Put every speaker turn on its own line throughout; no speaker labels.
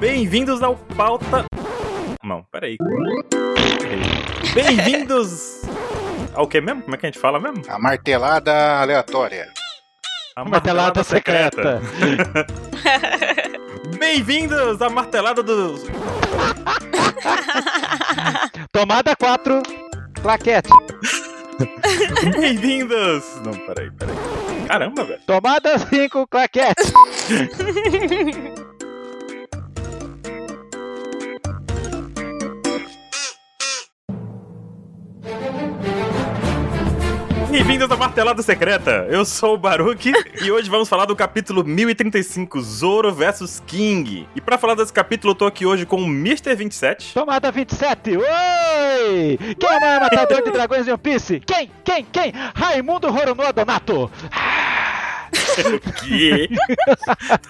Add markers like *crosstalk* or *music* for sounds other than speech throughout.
Bem-vindos ao Pauta. Não, peraí. Errei. Bem-vindos ao que mesmo? Como é que a gente fala mesmo?
A martelada aleatória.
A
Martelada secreta.
Bem-vindos à martelada dos.
Tomada 4, claquete.
Bem-vindos! Não, peraí, peraí. Caramba, velho.
Tomada 5, claquete.
Bem-vindos à Martelada Secreta. Eu sou o Baruque e hoje vamos falar do capítulo 1035, Zoro vs King. E pra falar desse capítulo, eu tô aqui hoje com o Mr.
*laughs*
27.
Tomada 27, oi! Quem é o maior matador de dragões de One Piece? Quem? Quem? Quem? Raimundo Roronoa Donato.
*laughs* Que?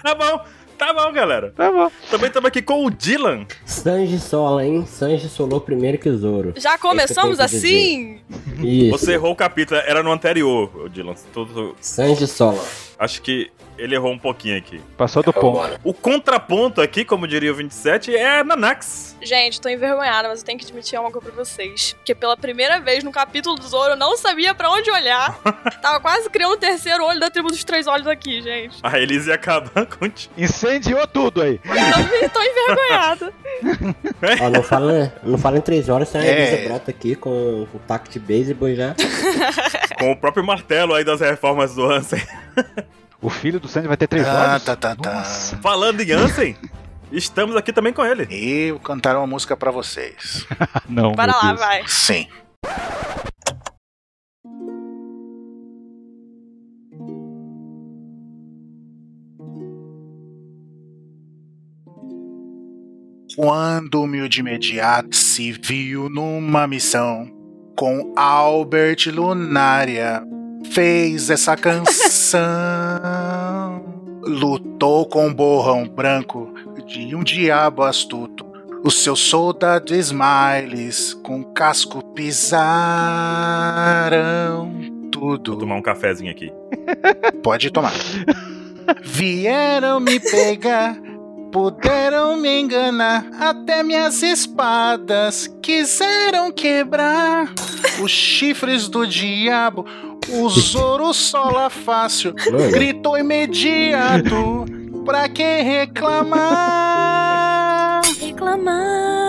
tá bom, tá bom, galera.
Tá bom.
Também estamos aqui com o Dylan.
Sanji sola, hein? Sanji solou primeiro que o Zoro.
Já começamos
Esse eu tenho
assim?
Isso.
Você errou o capítulo, era no anterior, o Dylan. Tô- tô-
Sanji sola.
acho que ele errou um pouquinho aqui.
Passou do ponto.
Vambora.
O contraponto aqui, como diria o 27, é a Nanax.
Gente, tô envergonhada, mas eu tenho que admitir uma coisa pra vocês. Porque pela primeira vez no capítulo do Zoro, eu não sabia pra onde olhar. Tava quase criando o terceiro olho da tribo dos três olhos aqui, gente. Então,
A Elise ia acabar *laughs* com o Ti-
Incendiou tudo aí.
Tô, tô envergonhada.
Ó, não fala, não fala em três horas, senão a
É.
Elisa brota aqui com o taco de beisebol já.
com o próprio martelo aí das reformas do Ansem.
O filho do Sandy vai ter três
Tá,
olhos.
tá, tá, tá.
Nossa.
Falando em Ansem, estamos aqui também com ele.
E eu cantar uma música pra vocês.
Não,
Para
meu
lá,
Deus.
vai.
Sim. Quando o humilde imediato se viu numa missão com Albert Lunária, fez essa canção. Lutou com o borrão branco de um diabo astuto. Os seus soldados smiles com casco pisaram tudo.
Vou tomar um cafezinho aqui.
Pode tomar. Vieram me pegar, puderam me enganar, até minhas espadas quiseram quebrar. Os chifres do diabo, o Zoro sola fácil,
Mano,
gritou imediato, pra que reclamar?
Reclamar.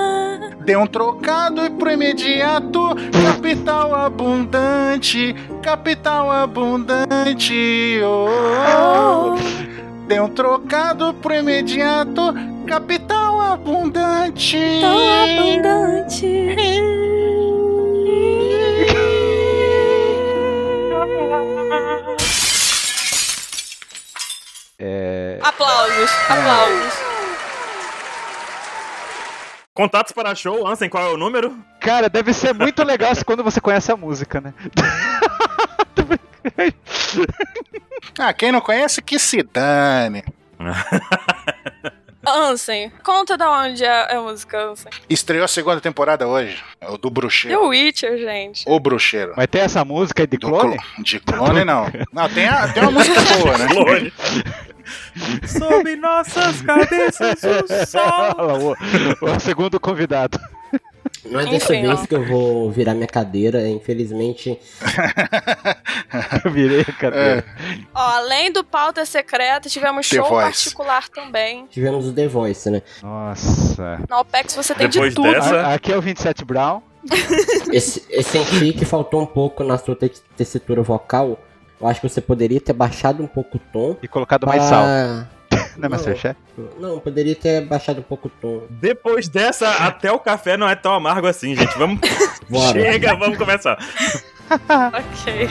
Dê um trocado e pro imediato. Capital abundante, capital abundante. Oh, Dê um trocado pro imediato. Capital abundante.
abundante.
É...
Aplausos, aplausos.
Contatos para show, Ansem, qual é o número?
Cara, deve ser muito legal se quando você conhece a música, né?
Ah, quem não conhece, que se dane.
Ansem, conta da onde é a música, Ansem.
Estreou a segunda temporada hoje. É o do
The
bruxeiro.
Witcher, gente.
O bruxeiro.
Mas tem essa música aí de
Do
clone?
clo- de clone, não. Não, tem, a- tem uma música boa,
*laughs*
né?
Clone. Sob nossas cabeças o sol.
*laughs* Olha lá, o, o segundo convidado. *laughs*
mas é dessa
Enfim, ó.
vez que eu vou virar minha cadeira, infelizmente.
Eu virei, cadê?
Ó, além do pauta secreta, tivemos
The
show
Voice.
particular também.
Tivemos o The Voice, né?
Nossa.
Na OPEX você tem
Depois
de tudo.
dessa-
A- aqui é o 27 Brown.
Esse- Eu senti que faltou um pouco na sua te- tessitura vocal. Eu acho que você poderia ter baixado um pouco o tom.
E colocado
Ah,
mais sal. Não é
não.
Masterchef?
Não, poderia ter baixado um pouco o tom.
Depois dessa, até o café não é tão amargo assim, gente. Vamos.
Bora.
Chega, vamos começar.
*laughs* Ok.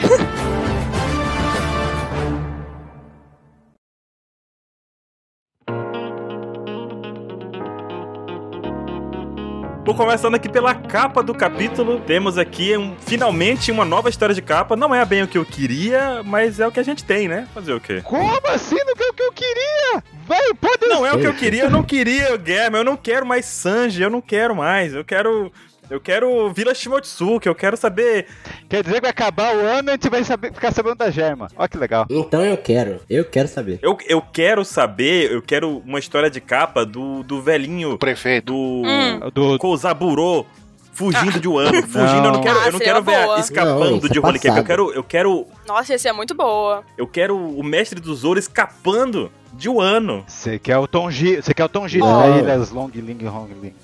Vou começando aqui pela capa do capítulo. Temos aqui um- finalmente uma nova história de capa. Não é bem o que eu queria, mas é o que a gente tem, né? Fazer o quê?
Como assim? Não foi o que eu queria? Vai, pode
Não é o que eu queria, eu não queria Guerra, eu não quero mais Sanji, eu não quero mais. Eu quero. Eu quero Vila Shimotsuki, eu quero saber.
Quer dizer que vai acabar o ano e a gente vai saber- ficar sabendo da Germa. Ó que legal.
Então eu quero, eu quero saber.
Eu, eu quero saber, eu quero uma história de capa do, do velhinho
O prefeito.
do.
Hum.
Do...
Kouzaburo fugindo de Wano. Fugindo, eu não quero, eu não quero
Ah, seria
ver
boa.
escapando
Não, isso é
de Holicap. Eu
passado.
quero, eu quero.
Nossa, esse é muito boa.
Eu quero o mestre do Zoro escapando de um Wano.
Você quer o Tongi, você quer o Tongi
Não.
da Ilhas Long Ling Hong Ling.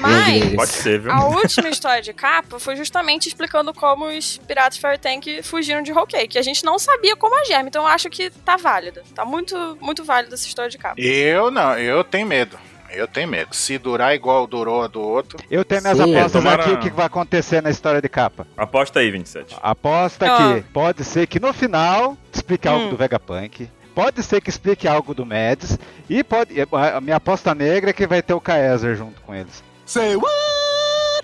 Mas
Pode ser, viu?
a última história de capa foi justamente explicando como os piratas Fire Tank fugiram de Whole Cake. A gente não sabia como a Germa, então eu acho que tá válida. Tá muito, muito válida essa história de capa.
Eu não, eu tenho medo. Eu tenho medo. Se durar igual durou a do outro.
Eu tenho minhas
Sim,
apostas
tomara-
aqui o que vai acontecer na história de capa.
Aposta aí, 27.
Aposta
Ah.
que pode ser que no final explique algo
Hum.
do Vegapunk. Pode ser que explique algo do Mads. E pode. A a minha aposta negra é que vai ter o Kaeser junto com eles.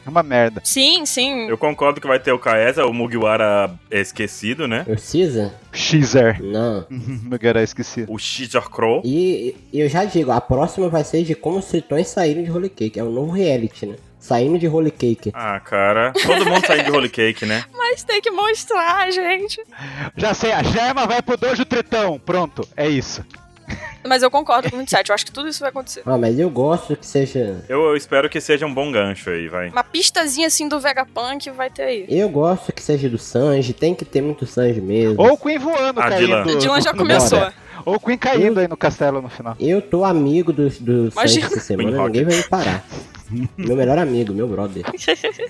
É uma merda.
Sim, sim.
Eu concordo que vai ter o Kaesa, o Mugiwara é esquecido, né?
O Caesar?
Xer.
Não.
*laughs* Meu garoto esqueci.
O Shizor Crow.
E e eu já digo, a próxima vai ser de como os tritões saíram de Holy Cake. É o novo reality, né? Saindo de Holy Cake.
Ah, cara. Todo mundo saindo de Holy Cake, né?
Mas tem que mostrar, gente.
Já sei, a Germa vai pro Dojo Tritão. Pronto, é isso.
Mas eu concordo com o 27, eu acho que tudo isso vai acontecer.
Ah, mas eu gosto que seja.
Eu, eu espero que seja um bom gancho aí, vai.
Uma pistazinha assim do Vegapunk vai ter aí.
Eu gosto que seja do Sanji, tem que ter muito Sanji mesmo.
Ou o Queen voando,
Ah, Dylan.
caindo.
O Dylan já
no-
começou.
Ou o Queen caindo aí no castelo no final.
Eu tô amigo do, do Sanji
Imagina.
essa semana,
Windhoek.
ninguém vai me parar. meu melhor amigo, meu brother.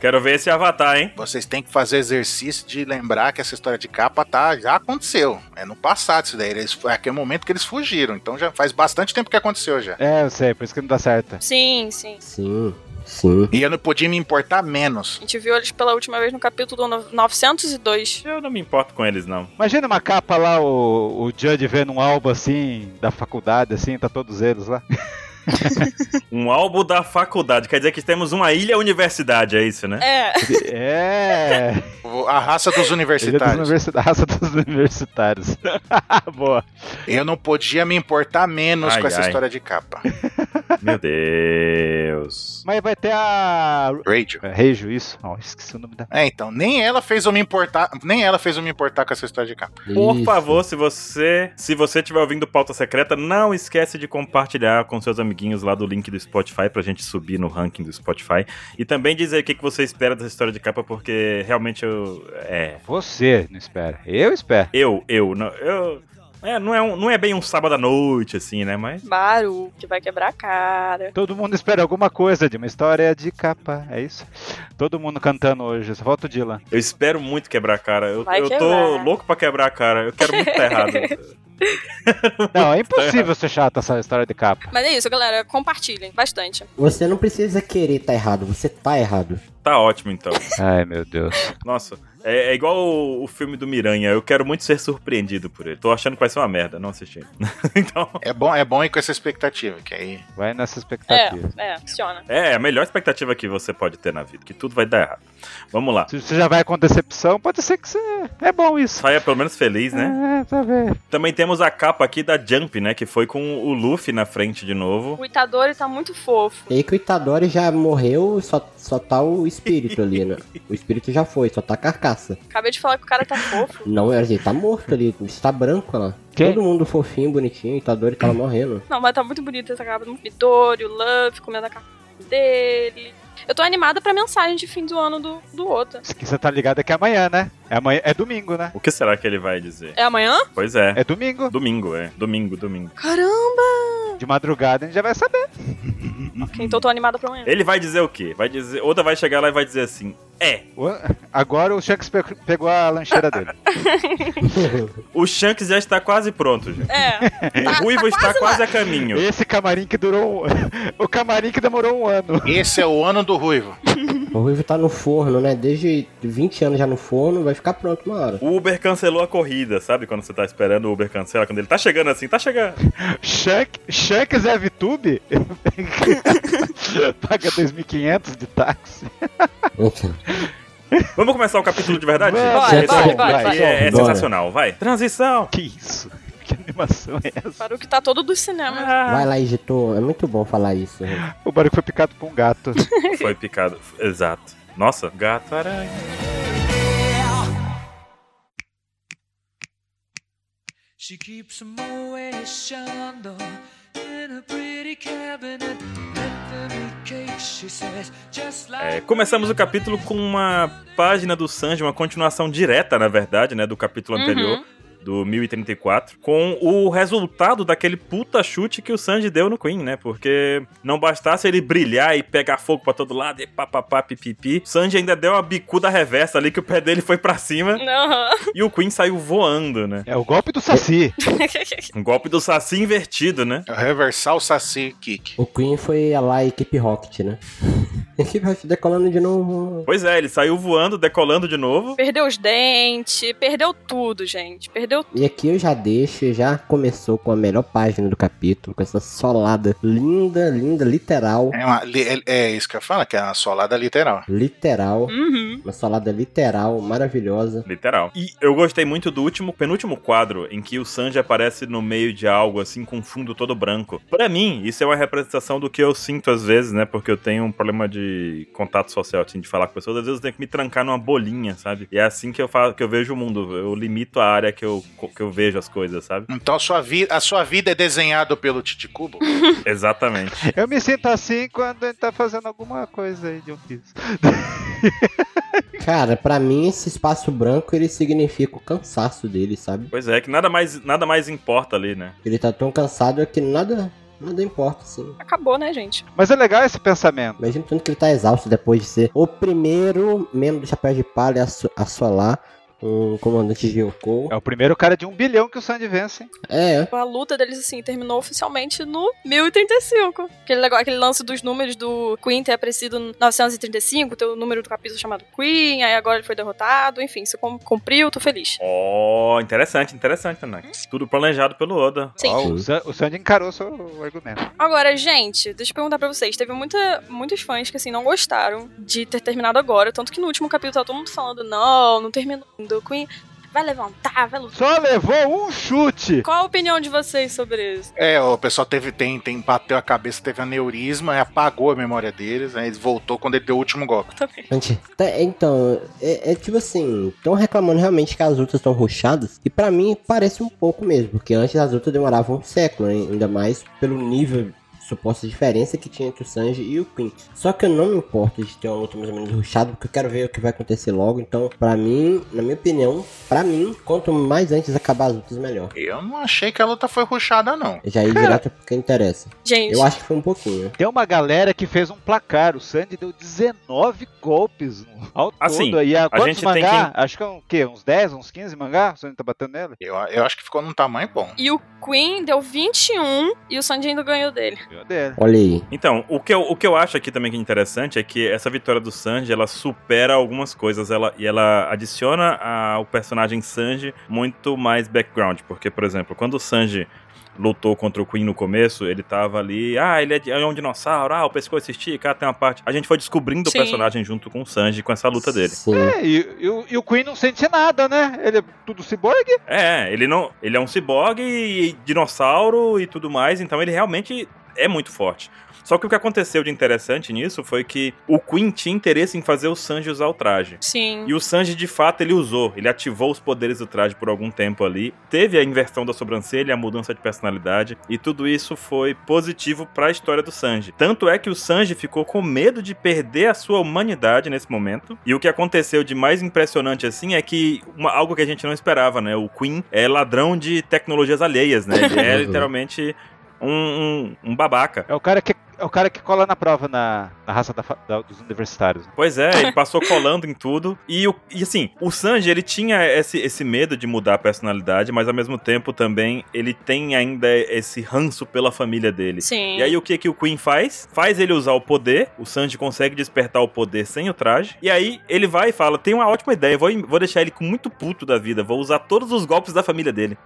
Quero ver esse avatar, hein?
Vocês têm que fazer exercício de lembrar que essa história de capa tá, já aconteceu. É no passado isso daí. Eles, foi aquele momento que eles fugiram. Então já faz bastante tempo que aconteceu já.
É, eu sei, por isso que não dá certo.
Sim, sim.
Sim, sim.
E eu não podia me importar menos.
A gente viu eles pela última vez no capítulo no- 902.
Eu não me importo com eles, não.
Imagina uma capa lá, o, o Judge vendo um álbum assim, da faculdade, assim, tá todos eles lá.
Um álbum da faculdade. Quer dizer que temos uma ilha universidade, é
*laughs*
isso, né?
É,
É!
O- A raça dos
Ele é dos
universitários.
universi- raça *laughs* dos universitários. *laughs* Boa.
Eu não podia me importar menos
Ai,
com essa
ai.
história de capa.
Meu Deus.
Mas vai ter a.
Radio.
é, Reijo, isso? Não, esqueci o nome da.
É, então, nem ela fez eu me importar, nem ela fez eu me importar com essa história de capa.
Por
Isso.
favor, se você se você estiver ouvindo Pauta Secreta, não esquece de compartilhar com seus amiguinhos lá do link do Spotify pra gente subir no ranking do Spotify. E também dizer o que que você espera dessa história de capa, porque realmente eu. É.
Você não espera. Eu espero.
Eu, eu, não, eu. É, não, é um- não é bem um sábado à noite, assim, né? Mas.
Baru, que vai quebrar a cara.
Todo mundo espera alguma coisa de uma história de capa, é isso? Todo mundo cantando hoje, só falta o Dylan.
Eu espero muito quebrar a cara. Eu,
Vai
eu tô
quebrar.
louco pra quebrar a cara. Eu quero muito estar
*laughs*
errado.
Não, é impossível ser chato essa história de capa.
Mas é isso, galera. Compartilhem bastante.
Você não precisa querer tá errado, você tá errado.
Tá ótimo, então.
Ai, meu Deus.
Nossa, é, é igual o, o filme do Miranha. Eu quero muito ser surpreendido por ele. Tô achando que vai ser uma merda. Não assisti. então.
É bom, é bom ir com essa expectativa, que aí
Vai nessa expectativa.
É, é, funciona.
É, a melhor expectativa que você pode ter na vida, que tudo vai dar errado. Vamos lá.
Se você já vai com decepção, pode ser que você. É bom isso.
Saia pelo menos feliz, né?
É, tá vendo.
Também temos a capa aqui da Jump, né? Que foi com o Luffy na frente de novo.
O Itadori tá muito fofo.
E aí que o Itadori já morreu, só, só tá o espírito ali, né? O espírito já foi, só tá a carcaça.
Acabei de falar que o cara
*laughs*
tá fofo.
Não, ele tá morto ali, está branco lá.
Quê?
Todo mundo fofinho, bonitinho, tá o Itadori tava morrendo.
Não, mas tá muito bonita essa capa. O Itadori, o Luffy comendo a capa dele. Eu tô animada pra mensagem de fim do ano do, do Ota.
Isso que Você tá ligado é que é amanhã, né? É, amanhã, é domingo, né?
O que será que ele vai dizer?
É amanhã?
Pois é.
É domingo.
Domingo, é. Domingo, domingo.
Caramba!
De madrugada a gente já vai saber.
Ok, então eu tô animada pra amanhã.
Ele vai dizer o quê? Vai dizer. Oda vai chegar lá e vai dizer assim: É,
O- Agora o Shanks pe- pegou a lancheira dele.
o Shanks já está quase pronto, gente. *laughs*
É.
O Ruivo está quase a caminho.
Esse camarim que durou. um- *laughs* o camarim que demorou um ano.
esse é o ano do ruivo.
O Ruivo tá no forno, né? Desde 20 anos já no forno, vai ficar pronto
*laughs*
uma hora.
O Uber cancelou a corrida, sabe? Quando você tá esperando o Uber cancela, quando ele tá chegando assim, tá chegando.
Shank, Shanks é VTube? Paga 2.500 de táxi.
Vamos começar o capítulo de verdade?
Vai,
gente?
vai,
Esse capítulo
vai, vai,
aqui é, é
vai.
sensacional, vai. Transição!
Que isso? Que animação é essa?
Baruque tá todo do cinema.
Ah,
Vai lá, Egitu. É muito bom falar isso. né?
O Baruco foi picado por um gato.
foi picado. Exato. Nossa, gato aranha.
She keeps a Moet Chandon in a pretty cabinet. Let them eat cake, she says, just like
É, começamos o capítulo com uma página do Sanji, uma continuação direta, na verdade, né, do capítulo
Uhum.
anterior. Do 1034, com o resultado daquele puta chute que o Sanji deu no Queen, né? Porque não bastasse ele brilhar e pegar fogo pra todo lado e papapá, pipipi. Sanji ainda deu uma bicuda reversa ali que o pé dele foi pra cima
*laughs* Aham.
e o Queen saiu voando, né?
É o golpe do Saci.
Um golpe do Saci invertido, né?
É o Reversal Saci Kick.
O Queen foi a lá Equipe Rocket, né? *laughs* Equipe Rocket decolando de novo.
Pois é, ele saiu voando, decolando de novo.
Perdeu os dentes, perdeu tudo, gente. Perdeu
E aqui eu já deixo, já começou com a melhor página do capítulo, com essa solada linda, linda, literal.
É, uma, li- é, é isso que eu falo, que é uma solada literal.
Literal.
Uhum.
Uma solada literal, maravilhosa.
Literal. E eu gostei muito do último, penúltimo quadro, em que o Sanji aparece no meio de algo, assim, com um fundo todo branco. Pra mim, isso é uma representação do que eu sinto às vezes, né? Porque eu tenho um problema de contato social, assim, de falar com pessoas. Às vezes eu tenho que me trancar numa bolinha, sabe? E é assim que eu, faço, que eu vejo o mundo. Eu limito a área que eu, que eu vejo as coisas, sabe? *laughs*
Então sua vi- a sua vida é desenhada pelo Titi Cubo?
Exatamente.
Eu me sinto assim quando ele tá fazendo alguma coisa aí de um piso.
Cara, pra mim esse espaço branco ele significa o cansaço dele, sabe?
Pois é, que nada mais, nada mais importa ali, né?
Ele tá tão cansado que nada, nada importa, assim.
Acabou, né, gente?
Mas é legal esse pensamento.
Imagina o tanto que ele tá exausto depois de ser o primeiro membro do Chapéu de Palha a asso- assolar um comandante de Yoko.
É o primeiro cara de um bilhão que o Sandy vence, hein?
É,
A luta deles, assim, terminou oficialmente no 1035. Aquele, negócio, aquele lance dos números do Queen ter aparecido no 935, ter o número do capítulo chamado Queen, aí agora ele foi derrotado, enfim, se cum- cumpriu, tô feliz.
Oh, interessante, interessante, né? Tudo planejado pelo Oda.
Sim.
Ó, o San- o Sandy encarou seu argumento.
Agora, gente, deixa eu perguntar pra vocês. Teve muita, muitos fãs que, assim, não gostaram de ter terminado agora. Tanto que no último capítulo tá todo mundo falando, não, não terminou ainda. O Queen vai levantar, vai lutar.
Só levou um chute.
Qual a opinião de vocês sobre isso?
É, o pessoal teve, tem, tem, bateu a cabeça, teve aneurisma, aí apagou a memória deles, aí eles voltou quando ele deu o último golpe.
gente, tá- então, é, é tipo assim, estão reclamando realmente que as lutas estão ruchadas, e pra mim parece um pouco mesmo, porque antes as lutas demoravam um século, hein, ainda mais pelo nível suposta diferença que tinha entre o Sanji e o Queen. Só que eu não me importo de ter uma luta mais ou menos ruchada, porque eu quero ver o que vai acontecer logo, então, pra mim, na minha opinião, pra mim, quanto mais antes acabar as lutas, melhor.
Eu não achei que a luta foi ruxada, não.
Eu já ia direto porque interessa.
Gente,
Eu acho que foi um pouquinho.
Tem uma galera que fez um placar. O Sandy deu 19 golpes no- *laughs* ao
Assim,
todo. E a, quantos
gente tem
mangá? Acho que é um, quê? uns 10, uns 15 mangá? O Sandy tá batendo nela?
Eu, eu acho que ficou num tamanho bom.
E o Queen deu 21 e o Sanji ainda ganhou dele.
Ganhou dele.
Olha aí.
Então, o que, eu, o que eu acho aqui também que é interessante é que essa vitória do Sanji, ela supera algumas coisas ela, e ela adiciona ao personagem Sanji muito mais background. Porque, por exemplo, quando o Sanji lutou contra o Queen no começo, ele tava ali, ah, ele é de- é um dinossauro, ah, o pescoço estica, ah, tem uma parte... A gente foi descobrindo
Sim.
o personagem junto com o Sanji, com essa luta dele.
Sim.
É, e, e o- e o Queen não sente nada, né? Ele é tudo ciborgue.
É, ele não, ele é um ciborgue e dinossauro e tudo mais, então ele realmente é muito forte. Só que o que aconteceu de interessante nisso foi que o Queen tinha interesse em fazer o Sanji usar o traje.
Sim.
E o Sanji, de fato, ele usou. Ele ativou os poderes do traje por algum tempo ali. Teve a inversão da sobrancelha, a mudança de personalidade. E tudo isso foi positivo pra história do Sanji. Tanto é que o Sanji ficou com medo de perder a sua humanidade nesse momento. E o que aconteceu de mais impressionante, assim, é que uma- algo que a gente não esperava, né? O Queen é ladrão de tecnologias alheias, né? Ele é literalmente um- um- um babaca.
É o cara que, é o cara que cola na prova na, na raça da fa- da- dos universitários.
Pois é, ele passou colando em tudo. E, o- e assim, o Sanji, ele tinha esse, esse medo de mudar a personalidade, mas ao mesmo tempo também ele tem ainda esse ranço pela família dele.
Sim.
E aí o que que o Queen faz? Faz ele usar o poder, o Sanji consegue despertar o poder sem o traje, e aí ele vai e fala, tem uma ótima ideia, vou, vou deixar ele com muito puto da vida, vou usar todos os golpes da família dele.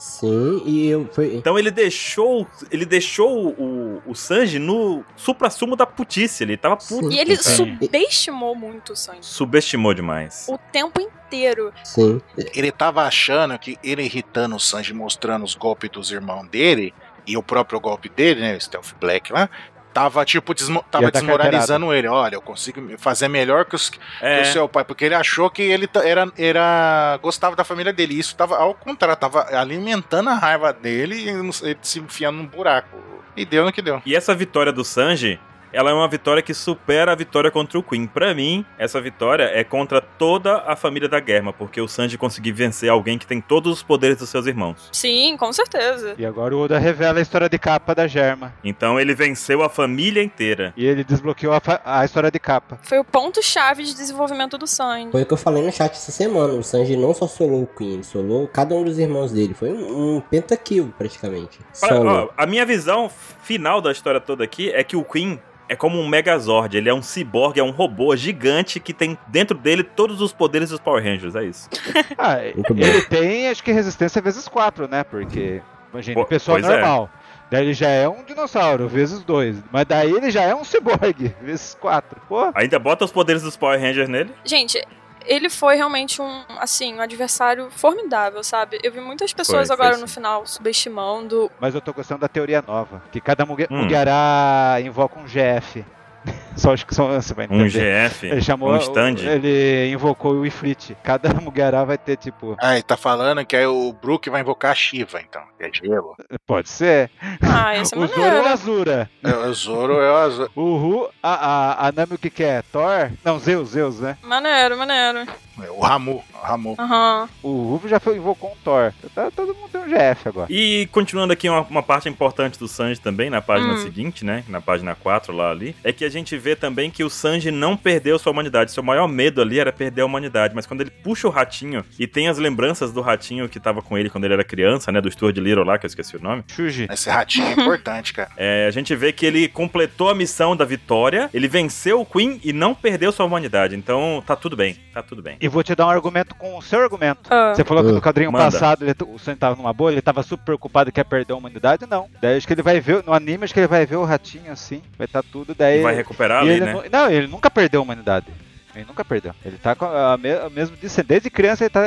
Sim, e eu foi.
Então ele deixou, ele deixou o, o, o Sanji no supra-sumo da putice. Ele tava puto.
E ele
cara.
Sim.
subestimou muito o Sanji.
Subestimou demais.
O tempo inteiro.
Sim.
Ele tava achando que ele irritando o Sanji, mostrando os golpes dos irmãos dele, e o próprio golpe dele, né, o Stealth Black lá, tava tipo desmo- tava
Ia dar
desmoralizando ele. Olha, eu consigo me- fazer melhor que, os, que
É,
o seu pai, porque ele achou que ele ta- era, era gostava da família dele. E isso tava ao contrário, tava alimentando a raiva dele e ele não- ele se enfiando num buraco. E deu no que deu.
E essa vitória do Sanji, ela é uma vitória que supera a vitória contra o Queen. Pra mim, essa vitória é contra toda a família da Germa, porque o Sanji conseguiu vencer alguém que tem todos os poderes dos seus irmãos.
Sim, com certeza.
E agora o Oda revela a história de capa da Germa.
Então ele venceu a família inteira.
E ele desbloqueou a, fa- a história de capa.
Foi o ponto-chave de desenvolvimento do Sanji.
Foi o que eu falei no chat essa semana. O Sanji não só solou o Queen, ele solou cada um dos irmãos dele. Foi um, um pentakill, praticamente.
Pra-
Solo.
ó, a minha visão final da história toda aqui é que o Queen é como um Megazord, ele é um ciborgue, é um robô gigante que tem dentro dele todos os poderes dos Power Rangers, é isso.
Ah, e-
Muito bom.
ele tem, acho que resistência vezes 4, né? Porque, imagina,
Po-
pessoa
pois é.
normal. Daí ele já é um dinossauro, vezes 2. Mas daí ele já é um ciborgue, *laughs* vezes 4. Pô,
Ainda bota os poderes dos Power Rangers nele.
Gente, ele foi realmente um, assim, um adversário formidável, sabe? Eu vi muitas pessoas
Foi, foi
agora
sim.
no final subestimando.
mas eu tô gostando da teoria nova. Que cada Mugi-
Hum.
Mugiará invoca um GF. *laughs* Só acho que só você vai entender.
Um GF.
Ele chamou.
um stand.
Ele invocou o Ifrit. Cada *laughs* Mugiará vai ter, tipo.
Ah, ele tá falando que aí o Brook vai invocar a Shiva, então. É gelo.
Pode ser.
Ah, essa
o Zoro é o
maneira.
Azura.
É, o Zoro é o Azor.
O Ru. A, a, a Nami o que que é? Thor? Não, Zeus, Zeus, né?
Maneiro, maneiro.
É o Ramu. o Ramu.
Aham.
O Ru já foi, invocou um Thor. Tá- todo mundo tem um GF agora.
E continuando aqui uma, uma parte importante do Sanji também, na página
Hum.
seguinte, né? Na página 4 lá ali, é que a gente vê também que o Sanji não perdeu sua humanidade. Seu maior medo ali era perder a humanidade. Mas quando ele puxa o ratinho e tem as lembranças do ratinho que tava com ele quando ele era criança, né? Do Stuart Little lá, que eu esqueci o nome.
Shuji.
Esse ratinho é importante, cara.
É, a gente vê que ele completou a missão da vitória, ele venceu o Queen e não perdeu sua humanidade. Então tá tudo bem, tá tudo bem.
E vou te dar um argumento com o seu argumento.
Ah.
Você falou que
Ah.
no quadrinho
Manda.
passado ele t- o Sanji tava numa boa, ele tava super preocupado que ia perder a humanidade, não. Daí acho que ele vai ver, no anime acho que ele vai ver o ratinho assim, vai estar tudo, daí...
E vai recuperar
E
ali,
ele
né?
nu- Não, ele nunca perdeu a humanidade. Ele nunca perdeu. Ele tá com a, me- a mesma descendência. Desde criança ele tá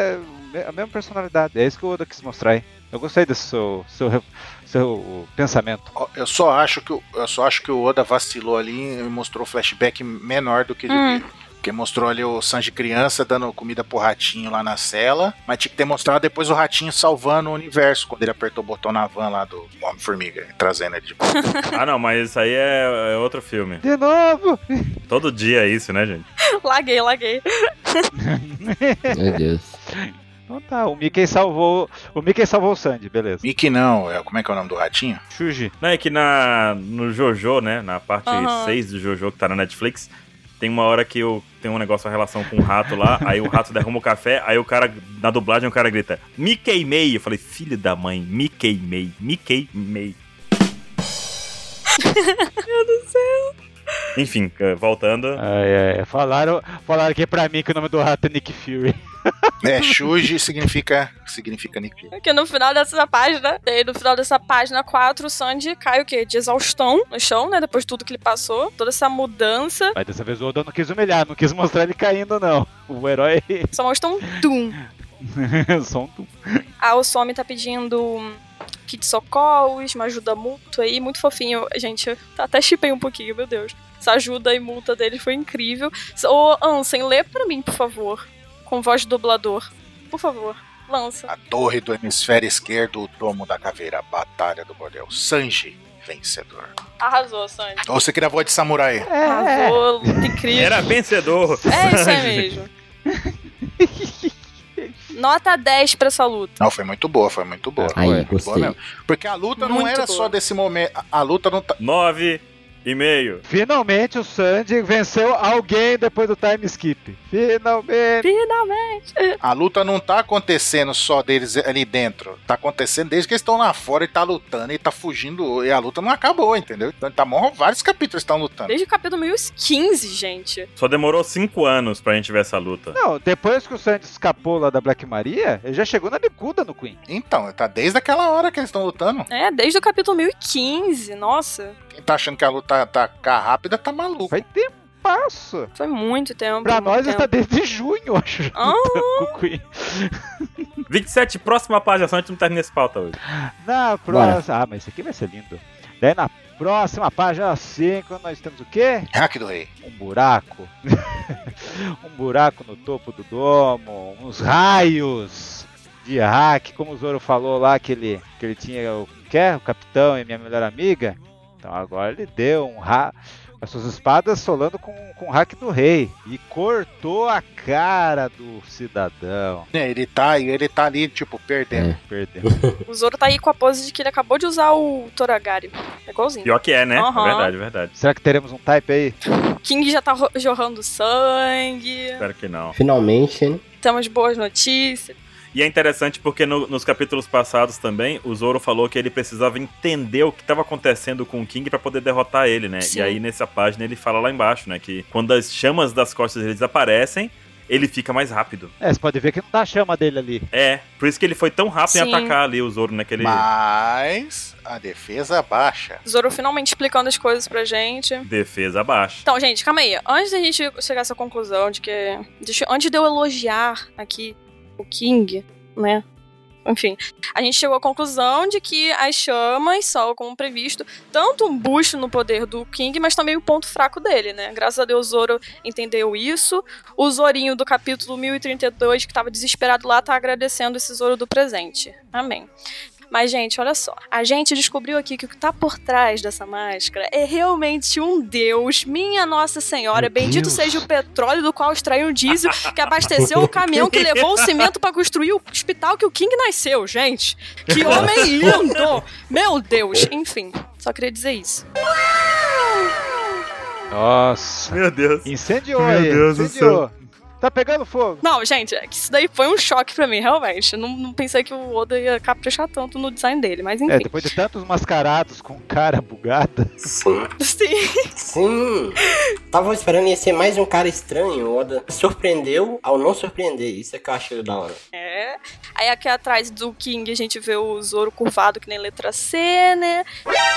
me- a mesma personalidade. É isso que o Oda quis mostrar aí. Eu gostei desse seu, seu, re- seu pensamento.
Ó, Eu só acho que o- eu só acho que o Oda vacilou ali e mostrou flashback menor do que
Hum.
devia. Porque mostrou ali o Sanji criança dando comida pro ratinho lá na cela, mas tinha que ter mostrado depois o ratinho salvando o universo quando ele apertou o botão na van lá do Homem-Formiga, trazendo ele de volta.
Ah, não, mas isso aí é, é outro filme.
De novo!
Todo dia é isso, né, gente?
*laughs* Laguei, laguei.
Meu Deus.
Então tá, o Mickey salvou. O Mickey salvou o Sandy, beleza.
Mickey não, é, como é que é o nome do ratinho?
Shuji.
Não, é que na, no Jojo, né? Na parte
Aham.
6 do Jojo que tá na Netflix, tem uma hora que eu tenho um negócio, uma relação com um rato lá,
*laughs*
aí o rato derruma o café, aí o cara, na dublagem, o cara grita, me queimei. Eu falei, filho da mãe, me queimei, me
*laughs*
queimei. Enfim, eh, voltando.
Ai, ai, falaram, falaram que pra mim que o nome do rato é Nick Fury.
É, Shuji significa significa Nick.
Que no final dessa página, daí no final dessa página 4, o Sanji cai o quê? De exaustão no chão, né? Depois de tudo que ele passou, toda essa mudança.
*laughs* Mas dessa vez o Oda não quis humilhar, não quis mostrar ele caindo, não. O herói *laughs*
Só mostra um doom.
só um tu-
A Osome tá pedindo um kit socorros, uma ajuda mútua aí, muito fofinho. Gente, tá- até chipei um pouquinho, meu Deus. Essa ajuda e multa dele foi incrível. Ô, Ansem, lê pra mim, por favor. Com voz de dublador. Por favor, lança.
A torre do hemisfério esquerdo, o domo da caveira, a batalha do bordel. Sanji, vencedor.
Arrasou, Sanji.
Ou você queria a voz de samurai?
É,
É. Arrasou, luta incrível.
Era vencedor.
É isso aí mesmo. Nota 10 pra essa luta.
Não, foi muito boa, foi muito boa.
Aí,
Foi muito
É, gostei.
boa mesmo. Porque a luta não
Muito
era
boa.
só desse momento. a- A luta não tá.
*laughs* Nove e meio.
Finalmente o Sandy venceu alguém depois do time skip. Finalmente!
Finalmente.
A luta não tá acontecendo só deles ali dentro. Tá acontecendo desde que eles estão lá fora e tá lutando e tá fugindo. E a luta não acabou, entendeu? Então tá mó vários capítulos estão lutando.
Desde o capítulo 1015, gente.
Só demorou cinco anos pra gente ver essa luta.
Não, depois que o Sandy escapou lá da Black Maria, ele já chegou na bicuda no Queen.
Então, tá desde aquela hora que eles estão lutando.
É, desde o capítulo 1015. Nossa.
Quem tá achando que a luta tá, tá rápida tá maluco.
Faz tempo. Passo.
Foi muito tempo.
Pra
muito
nós
tempo.
está desde junho, acho.
Então.
com
Ah.
o Queen.
27, próxima página, senão a gente não termina esse pauta hoje.
Na próxima. Ah, mas isso aqui vai ser lindo. Daí na próxima página 5, nós temos o quê?
Hack do rei.
Um buraco. *laughs* um buraco no topo do domo. Uns raios de hack. Como o Zoro falou lá que ele, que ele tinha o que é? O capitão e minha melhor amiga. Então agora ele deu um ra as suas espadas solando com, com o hack do rei. E cortou a cara do cidadão.
É, Ele tá, ele tá ali, tipo, perdendo.
Perdeu.
O Zoro tá aí com a pose de que ele acabou de usar o Toragari. É igualzinho.
Pior que é, né?
Aham.
É verdade, é verdade.
Será que teremos um type aí?
King já tá ro- jorrando sangue.
Espero que não.
Finalmente, né?
Temos boas notícias.
E é interessante porque no- nos capítulos passados também, o Zoro falou que ele precisava entender o que estava acontecendo com o King pra poder derrotar ele, né?
Sim.
E aí nessa página ele fala lá embaixo, né, que quando as chamas das costas dele desaparecem, ele fica mais rápido.
É, você pode ver que não tá a chama dele ali.
É, por isso que ele foi tão rápido em
Sim.
atacar ali o Zoro naquele.
Mas a defesa baixa.
O Zoro finalmente explicando as coisas pra gente.
Defesa abaixo.
Então, gente, calma aí. Antes da gente chegar a essa conclusão de que. deixa- antes de eu elogiar aqui o King, né? Enfim, a gente chegou à conclusão de que as chamas são, como previsto, tanto um boost no poder do King, mas também o ponto fraco dele, né? Graças a Deus, o Zoro entendeu isso. O Zorinho do capítulo 1032, que tava desesperado lá, tá agradecendo esse Zoro do presente. Amém. Mas, gente, olha só. A gente descobriu aqui que o que tá por trás dessa máscara é realmente um deus. Minha Nossa Senhora,
Meu
bendito
Deus.
seja o petróleo do qual extraiu o diesel que abasteceu o caminhão que levou o cimento pra construir o hospital que o King nasceu, gente. Que homem lindo! Meu Deus. Enfim, só queria dizer isso.
Nossa.
Meu Deus.
Incendiou
Meu
aí.
Deus do
incendiou. Tá pegando fogo.
Não, gente, é que isso daí foi um choque pra mim, realmente. Eu Não, não pensei que o Oda ia caprichar tanto no design dele, mas
É,
enfim.
depois de tantos mascarados com cara bugada. *laughs*
Sim.
Sim.
Sim. Tava esperando ia ser mais um cara estranho. O Oda surpreendeu ao não surpreender. Isso é que eu achei da hora.
É. Aí aqui atrás do King a gente vê o Zoro curvado que nem letra C, né?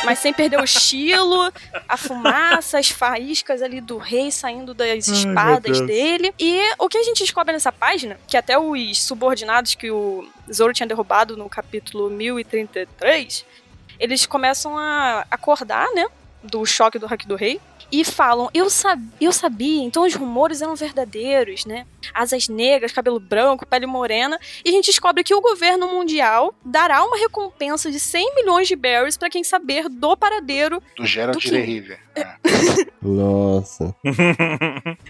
Mas sem perder o estilo, a fumaça, as faíscas ali do rei saindo das
Ai,
espadas
meu Deus.
dele. E o que a gente descobre nessa página, que até os subordinados que o Zoro tinha derrubado no capítulo 1033, eles começam a acordar, né? Do choque do hack do rei. E falam, eu, sab eu sabia, então os rumores eram verdadeiros, né? asas negras, cabelo branco, pele morena, e a gente descobre que o governo mundial dará uma recompensa de 100 milhões de berries pra quem saber do paradeiro.
Do Gerald
Do quê?
de River. É.
Nossa.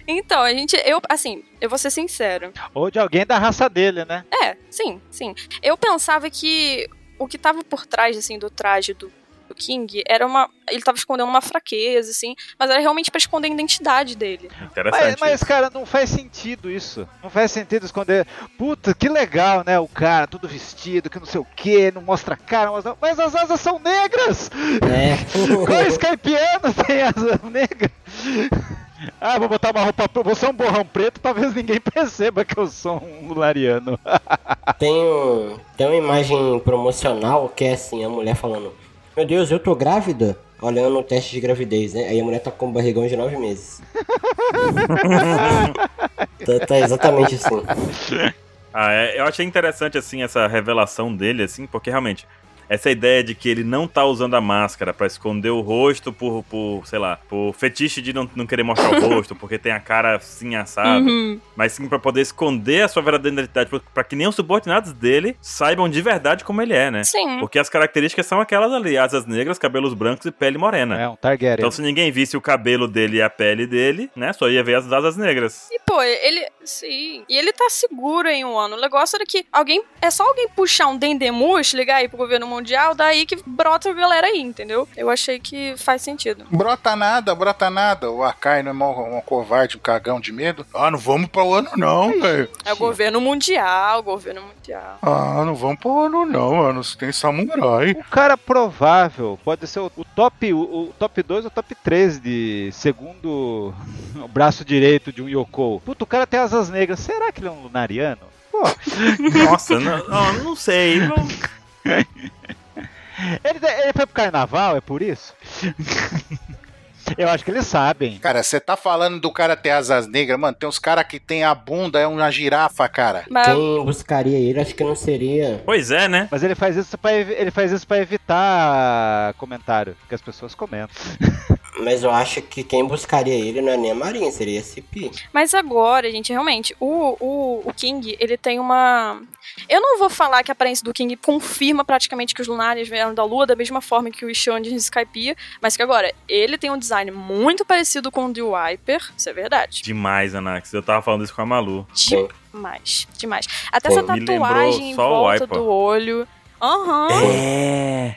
Então, a gente, eu, assim, eu vou ser sincera.
Ou de alguém da raça dele, né?
É, sim, sim. Eu pensava que o que tava por trás, assim, do traje do, do King era uma. Ele tava escondendo uma fraqueza, assim, mas era realmente pra esconder a identidade dele.
Interessante.
Mas, mas, cara, não faz sentido isso. Não faz sentido esconder. Puta, que legal, né? O cara todo vestido, que não sei o que, não mostra a cara, não mostra... mas as asas são negras!
É.
Qual Skypeano tem *laughs* asa negra? Ah, vou botar uma roupa. Vou ser um borrão preto, talvez ninguém *laughs* perceba que eu sou um lariano.
Tem, um, tem uma imagem promocional que é assim, a mulher falando, meu Deus, eu tô grávida? Olhando o teste de gravidez, né? Aí a mulher tá com um barrigão de nove meses. tá, tá exatamente assim.
Ah, é, eu achei interessante, assim, essa revelação dele, assim, porque realmente, essa ideia de que ele não tá usando a máscara pra esconder o rosto por, por sei lá, por fetiche de não, não querer mostrar o rosto, porque tem a cara assim assada,
Uhum.
mas sim pra poder esconder a sua verdadeira identidade, pra- pra que nem os subordinados dele saibam de verdade como ele é, né?
Sim.
Porque as características são aquelas ali, asas negras, cabelos brancos e pele morena.
É um Targaryen.
Então, se ninguém visse o cabelo dele e a pele dele, né, só ia ver as asas
*laughs*
negras.
E, pô, ele. Sim. E ele tá seguro em um ano. O negócio era que alguém. É só alguém puxar um dendemush, ligar aí pro governo mundial, daí que brota a galera aí, entendeu? Eu achei que faz sentido.
Brota nada, brota nada. O Akai não é um, um covarde, um cagão de medo. Ah, não vamos pra ano não, velho.
É o governo mundial, governo mundial.
Ah, não vamos pra ano não, mano. Você tem samurai.
O Um cara provável pode ser o, o top o, o top 2 ou top 3 de segundo *laughs* o braço direito de um Yoko. Puta, o cara tem asas negras. Será que ele é um lunariano?
Nossa, não, não, não sei. não-
Ele, ele foi pro carnaval, é por isso? *laughs* Eu acho que eles sabem.
Cara, você tá falando do cara ter asas negras, mano. Tem uns caras que tem a bunda, é uma girafa, cara.
Mas
Quem buscaria ele, acho que não seria.
Pois é, né?
Mas ele faz isso para ele faz isso para evitar comentário, que as pessoas comentam.
Mas eu acho que quem buscaria ele não é nem a Marinha, seria a CP.
Mas agora, gente, realmente, o, o, o King, ele tem uma. Eu não vou falar que a aparência do King confirma praticamente que os lunares vieram da Lua, da mesma forma que o Xande e Skypiea, mas que agora, ele tem um design muito parecido com o de Wiper, isso é verdade.
Demais, Anax. Eu tava falando isso com a Malu.
Demais, demais. Até
Pô,
essa
me lembrou
tatuagem em
só o
volta
Wiper.
do olho. Aham.
É.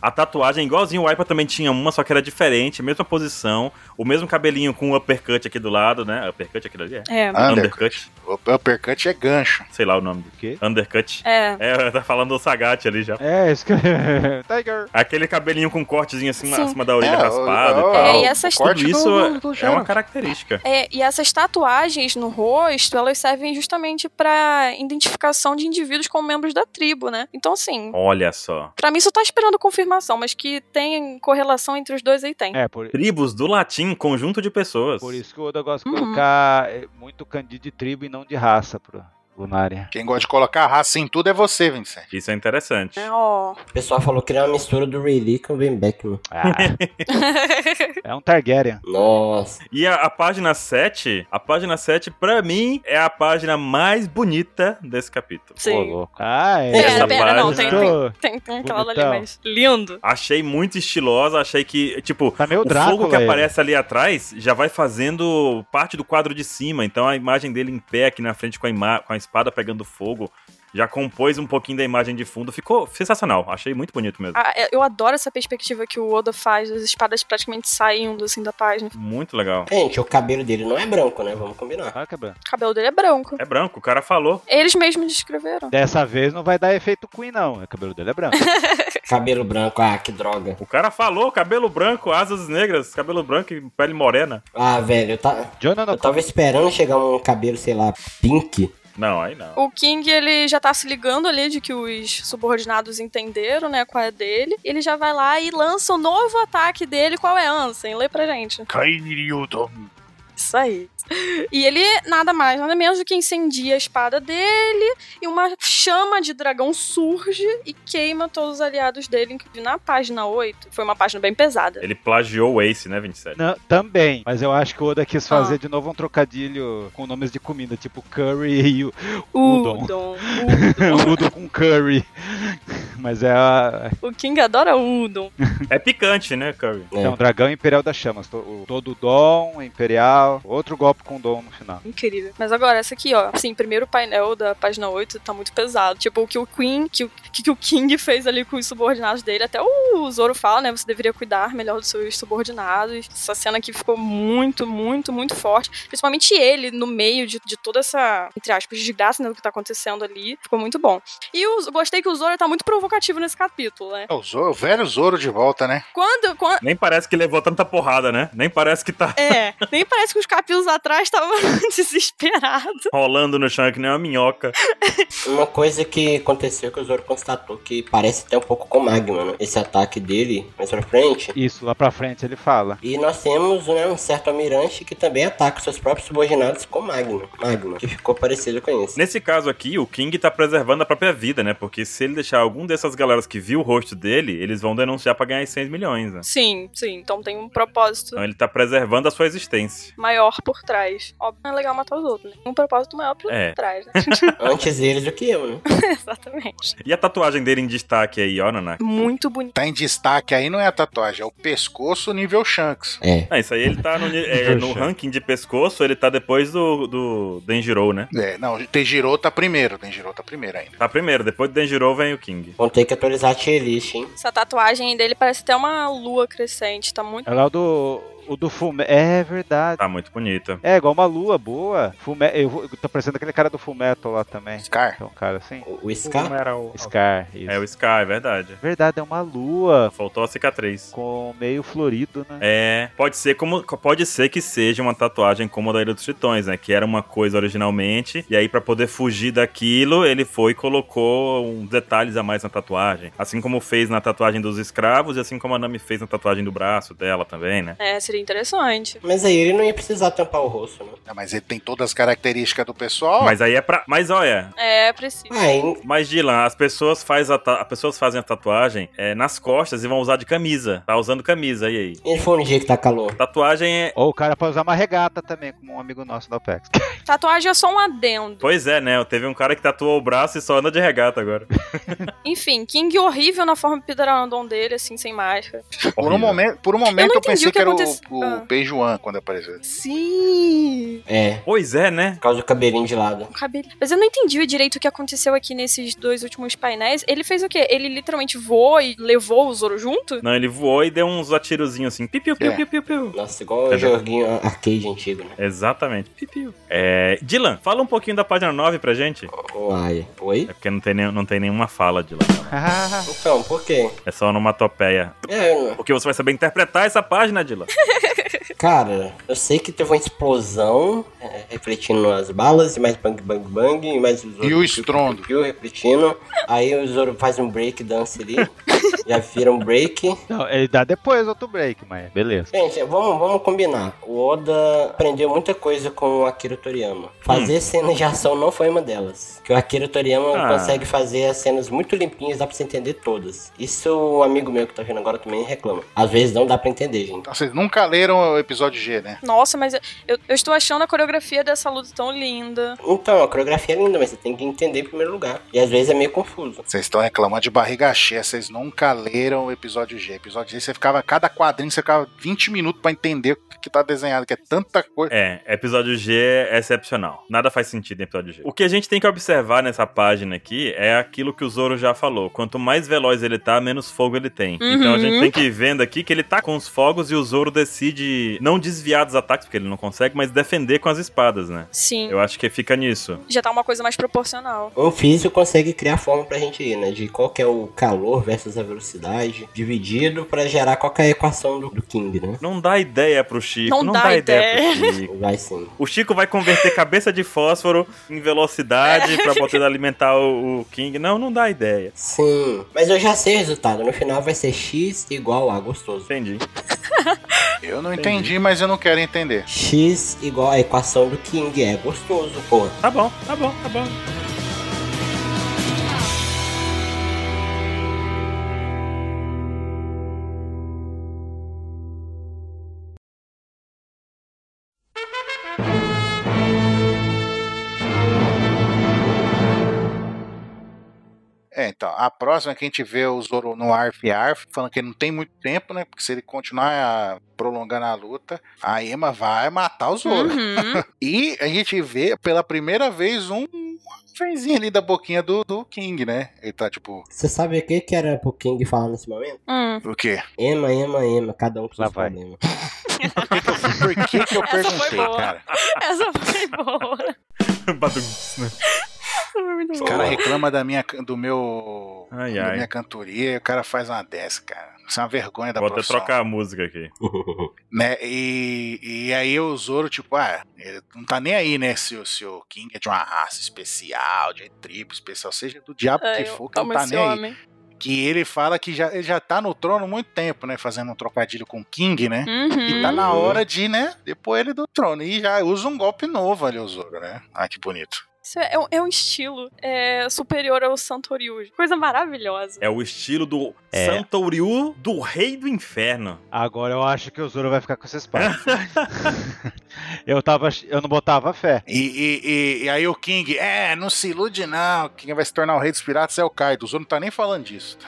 A tatuagem, é igualzinho o Ipa também tinha uma, só que era diferente, mesma posição, o mesmo cabelinho com o uppercut aqui do lado, né? Uppercut aquilo ali é?
É.
Undercut,
O uppercut é gancho.
sei lá o nome.
O quê?
Undercut.
É.
É, *laughs* tá falando o Sagat ali já.
É, *laughs* isso que Tiger.
Aquele cabelinho com cortezinho assim
Sim.
acima da orelha
É,
raspado
o-
e tal.
É, assim e essas
Tudo
corte
isso
do- do- do
é
Xerox.
uma característica.
É, e essas tatuagens no rosto, elas servem justamente pra identificação de indivíduos como membros da tribo, né? Então, assim,
Olha só.
Pra mim só tá esperando confirmação, mas que tem correlação entre os dois aí tem.
É, por,
Tribos do latim, conjunto de pessoas.
por isso que o Oda gosta de
Uhum.
colocar eh, muito candido de tribo e não de raça pro Lunária.
Quem gosta de colocar raça em tudo é você, Vincent.
Isso é interessante.
É, ó.
O pessoal falou que ele é uma mistura do Ray Lee com o Ben Beckman.
Ah, *laughs* é um Targaryen.
Nossa.
E a, a página 7, a página 7, pra mim, é a página mais bonita desse capítulo.
Ô,
Sim.
louco. Ah, é.
Essa
Pera, pera, não, tem,
página-
tem,
Tô-
tem, tem aquela ali,
Bonitão.
mas. Lindo.
Achei muito estilosa, achei que, tipo,
Tá meio
o
Drácula.
fogo que
ele.
aparece ali atrás já vai fazendo parte do quadro de cima, então a imagem dele em pé aqui na frente com a, ima- com a espada pegando fogo já compôs um pouquinho da imagem de fundo, ficou sensacional, achei muito bonito mesmo.
Ah, é, eu adoro essa perspectiva que o Oda faz, as espadas praticamente saindo assim da página.
Muito legal.
Gente, o cabelo dele não é branco, né? Vamos combinar.
Olha Ah, que branco.
O cabelo dele é branco.
É branco, o cara falou.
Eles mesmos descreveram.
Dessa vez não vai dar efeito Queen, não. O cabelo dele é
*laughs*
branco.
Cabelo branco, ah, que droga.
O cara falou, cabelo branco, asas negras, cabelo branco e pele morena.
Ah, velho, eu, tá,
Jonah não
eu tava esperando chegar um cabelo, sei lá, pink.
Não, aí não.
O King, ele já tá se ligando ali de que os subordinados entenderam, né, qual é dele. Ele já vai lá e lança o novo ataque dele. Qual é, Ansem? Lê pra gente.
Kainryudo.
Isso aí. E ele, nada mais, nada menos do que incendia a espada dele e uma chama de dragão surge e queima todos os aliados dele. inclusive Na página 8, foi uma página bem pesada.
Ele plagiou o Ace, né, 27?
Não, também, mas eu acho que o Oda quis
Ah.
fazer de novo um trocadilho com nomes de comida, tipo curry *laughs* e o Udon.
Udon.
Udon com curry. *laughs* Mas é, a-
*laughs* O King adora Udon.
É picante, né, Curry?
É.
é um dragão imperial das chamas. to- o- Todo dom, imperial, outro golpe com dom no final.
Incrível. Mas agora, essa aqui, ó. Assim, primeiro painel da página 8 tá muito pesado. Tipo, o que o Queen, que o, que, que o King fez ali com os subordinados dele. Até o Zoro fala, né? Você deveria cuidar melhor dos seus subordinados. Essa cena aqui ficou muito, muito, muito forte. Principalmente ele, no meio de, de toda essa, entre aspas, desgraça, né? Do que tá acontecendo ali. Ficou muito bom. E eu gostei que o Zoro tá muito provocativo nesse capítulo, né?
É o, Zoro, o velho Zoro de volta, né?
Quando. quando
Nem parece que levou tanta porrada, né? Nem parece que tá *laughs*
é, nem parece que os capítulos atrás estavam *laughs* desesperados.
rolando no chão é que nem uma minhoca.
Uma coisa que aconteceu que o Zoro constatou que parece até um pouco com o Magma, né? Esse ataque dele mais pra frente.
Isso, lá pra frente ele fala.
E nós temos né, um certo almirante que também ataca seus próprios subordinados com Magma. Magma, que ficou parecido
*laughs*
com esse.
Nesse caso aqui, o King tá preservando a própria vida, né? Porque se ele deixar algum dessas galeras que viu o rosto dele, eles vão denunciar pra ganhar esses 100 milhões, né?
Sim, sim. Então tem um propósito
Então ele tá preservando a sua existência.
maior por trás. Óbvio, não é legal matar os outros, né? Um propósito maior por
É.
trás, né? *laughs*
Antes eles do que eu, né?
Exatamente.
E a tatuagem dele em destaque aí, ó, Naná.
Muito bonito.
Tá em destaque aí, não é a tatuagem, é o pescoço nível Shanks.
É.
Ah, isso aí ele tá no, ni- é, no ranking de pescoço, ele tá depois do, do Denjiro, né?
É, não, Tenjiro tá primeiro, Tenjiro tá primeiro ainda.
Tá primeiro, depois do Denjiro vem o King.
Vão ter que atualizar a tier list, hein?
Essa tatuagem dele parece até uma lua crescente, tá muito.
É lá do O do Fume. É verdade.
Tá muito bonita.
É, igual uma lua boa. Fume... Eu, vou... eu tô parecendo aquele cara do Fumeto lá também.
Scar.
Então, cara, assim.
O, o
Como
Scar?
era o...
Scar, isso.
É o Sky, é verdade.
Verdade, é uma lua
Faltou a cicatriz.
com meio florido, né?
É, pode ser como pode ser que seja uma tatuagem como a da Ilha dos Tritões, né? Que era uma coisa originalmente, e aí pra poder fugir daquilo, ele foi e colocou uns detalhes a mais na tatuagem, assim como fez na tatuagem dos escravos e assim como a Nami fez na tatuagem do braço dela também, né?
É, seria interessante.
Mas aí ele não ia precisar tampar o rosto, né?
Ah, Mas ele tem todas as características do pessoal.
Mas aí é pra. Mas olha,
É, preciso.
Ah, em-
Mas, Dylan, as pessoas, faz a ta- as pessoas fazem a tatuagem é, nas costas e vão usar de camisa. Tá usando camisa, e aí?
ele foi um dia que tá calor.
Tatuagem é.
Ou o cara pode usar uma regata também, como um amigo nosso da OPEX.
Tatuagem é só um adendo.
Pois é, né? Teve um cara que tatuou o braço e só anda de regata agora.
Enfim, King horrível na forma pidrandon dele, assim, sem máscara.
Por um
é Horrível.
momento, por um
Eu
momento
não
eu,
entendi
pensei que,
o que
era
acontece-
o, o
Ah.
Peijuan quando apareceu.
Sim!
É,
Pois é, né?
por causa do cabelinho de lado.
O cabelo. Mas eu não entendi direito o que aconteceu aqui nesses dois últimos painéis. Ele fez o quê? Ele literalmente voou e levou o Zoro junto?
Não, ele voou e deu uns atirozinhos assim. Pipiu, piu,
É.
piu, piu, piu.
Nossa, igual o
É verdade.
joguinho arcade antigo, né?
Exatamente. Pipiu. É... Dylan, fala um pouquinho da página 9 pra gente.
Com a área. Oi?
É porque não tem, nem- não tem nenhuma fala, Dylan.
Então, por quê?
É só onomatopeia.
É, eu-
Porque você vai saber interpretar essa página, Dylan.
Cara, eu sei que teve uma explosão é, refletindo as balas, e mais bang, bang, bang, e mais o Zoro.
E o estrondo.
Piu, piu, refletindo. Aí o Zoro faz um break dance ali. Já vira um break.
*laughs* Não, ele dá depois outro break, mas beleza.
Gente, vamos, vamos combinar. O Oda aprendeu muita coisa com o Akira Toriyama. Fazer cenas de ação não foi uma delas. Que o Akira Toriyama
Ah.
consegue fazer as cenas muito limpinhas, dá pra você entender todas. Isso um amigo meu que tá vendo agora também reclama. Às vezes não dá pra entender, gente.
Então, vocês nunca leram o episódio G, né?
Nossa, mas eu, eu- eu estou achando a coreografia dessa luta tão linda.
Então, a coreografia é linda, mas você tem que entender em primeiro lugar. E às vezes é meio confuso.
Vocês estão reclamando de barriga cheia, vocês nunca leram o episódio G. Episódio G, você ficava, cada quadrinho, você ficava 20 minutos pra entender o que que tá desenhado, que é tanta coisa.
É, episódio G é excepcional. Nada faz sentido em episódio G. O que a gente tem que observar nessa página aqui é aquilo que o Zoro já falou. Quanto mais veloz ele tá, menos fogo ele tem.
Uhum.
Então a gente tem que ir vendo aqui que ele tá com os fogos e o Zoro decide não desviar dos ataques, porque ele não consegue, mas defender com as espadas, né?
Sim.
Eu acho que fica nisso.
Já tá uma coisa mais proporcional.
Um físico consegue criar forma pra gente ir, né? De qual que é o calor versus a velocidade, dividido pra gerar qual que é a equação do, do King, né?
Não dá ideia pro Chico.
Não
Não,
dá
dá, ideia. pro Chico.
Vai sim.
O Chico vai converter cabeça de fósforo em velocidade pra poder alimentar o, o King. Não, não dá ideia.
Sim, mas eu já sei o resultado. No final vai ser x igual a gostoso.
Entendi.
Eu não entendi, mas eu não quero entender.
x igual a equação do King é gostoso, pô.
Tá bom, tá bom, tá bom. *laughs*
É, então, a próxima é que a gente vê o Zoro no Arf e Arf, falando que ele não tem muito tempo, né? Porque se ele continuar ah, prolongando a luta, a Emma vai matar o Zoro.
*laughs* Uhum.
E a gente vê pela primeira vez um fenzinho ali da boquinha do, do King, né? Ele tá tipo,
Você sabe o que, que era pro King falar nesse momento?
Hum.
o quê?
Ema, ema, ema, cada um com
Lá
seus
vai.
*laughs*
problemas. *laughs*
Por que, que eu
Essa foi
perguntei,
boa.
cara?
Essa foi boa. Essa
Badum.
foi muito
Os
boa.
caras reclamam da minha, do meu,
Ai,
da
ai.
minha cantoria e o cara faz uma dessa, cara. Isso é uma vergonha da
Vou até
profissão.
trocar a música aqui.
Né? E, e aí o Zoro, tipo, ah, ele não tá nem aí, né? Se, o- se o King é de uma raça especial, de tribo especial, seja do diabo
Ai,
que
É, eu
for, que não
amo
tá
esse
nem aí.
homem.
Que ele fala que já, ele já tá no trono há muito tempo, né? Fazendo um trocadilho com o King, né? E tá
Uhum.
na hora de, né, depor ele do trono. E já usa um golpe novo ali, o Zoro, né? Ah, que bonito.
Isso é, é um- é um estilo é, superior ao Santoriu. Coisa maravilhosa.
É o estilo do
É.
Santoriu do Rei do Inferno.
Agora eu acho que o Zoro vai ficar com essa espada. *laughs* Eu, tava, eu não botava fé.
E, e- e- e aí o King, é, não se ilude não, quem vai se tornar o rei dos piratas é o Kaido. O Zoro não tá nem falando disso.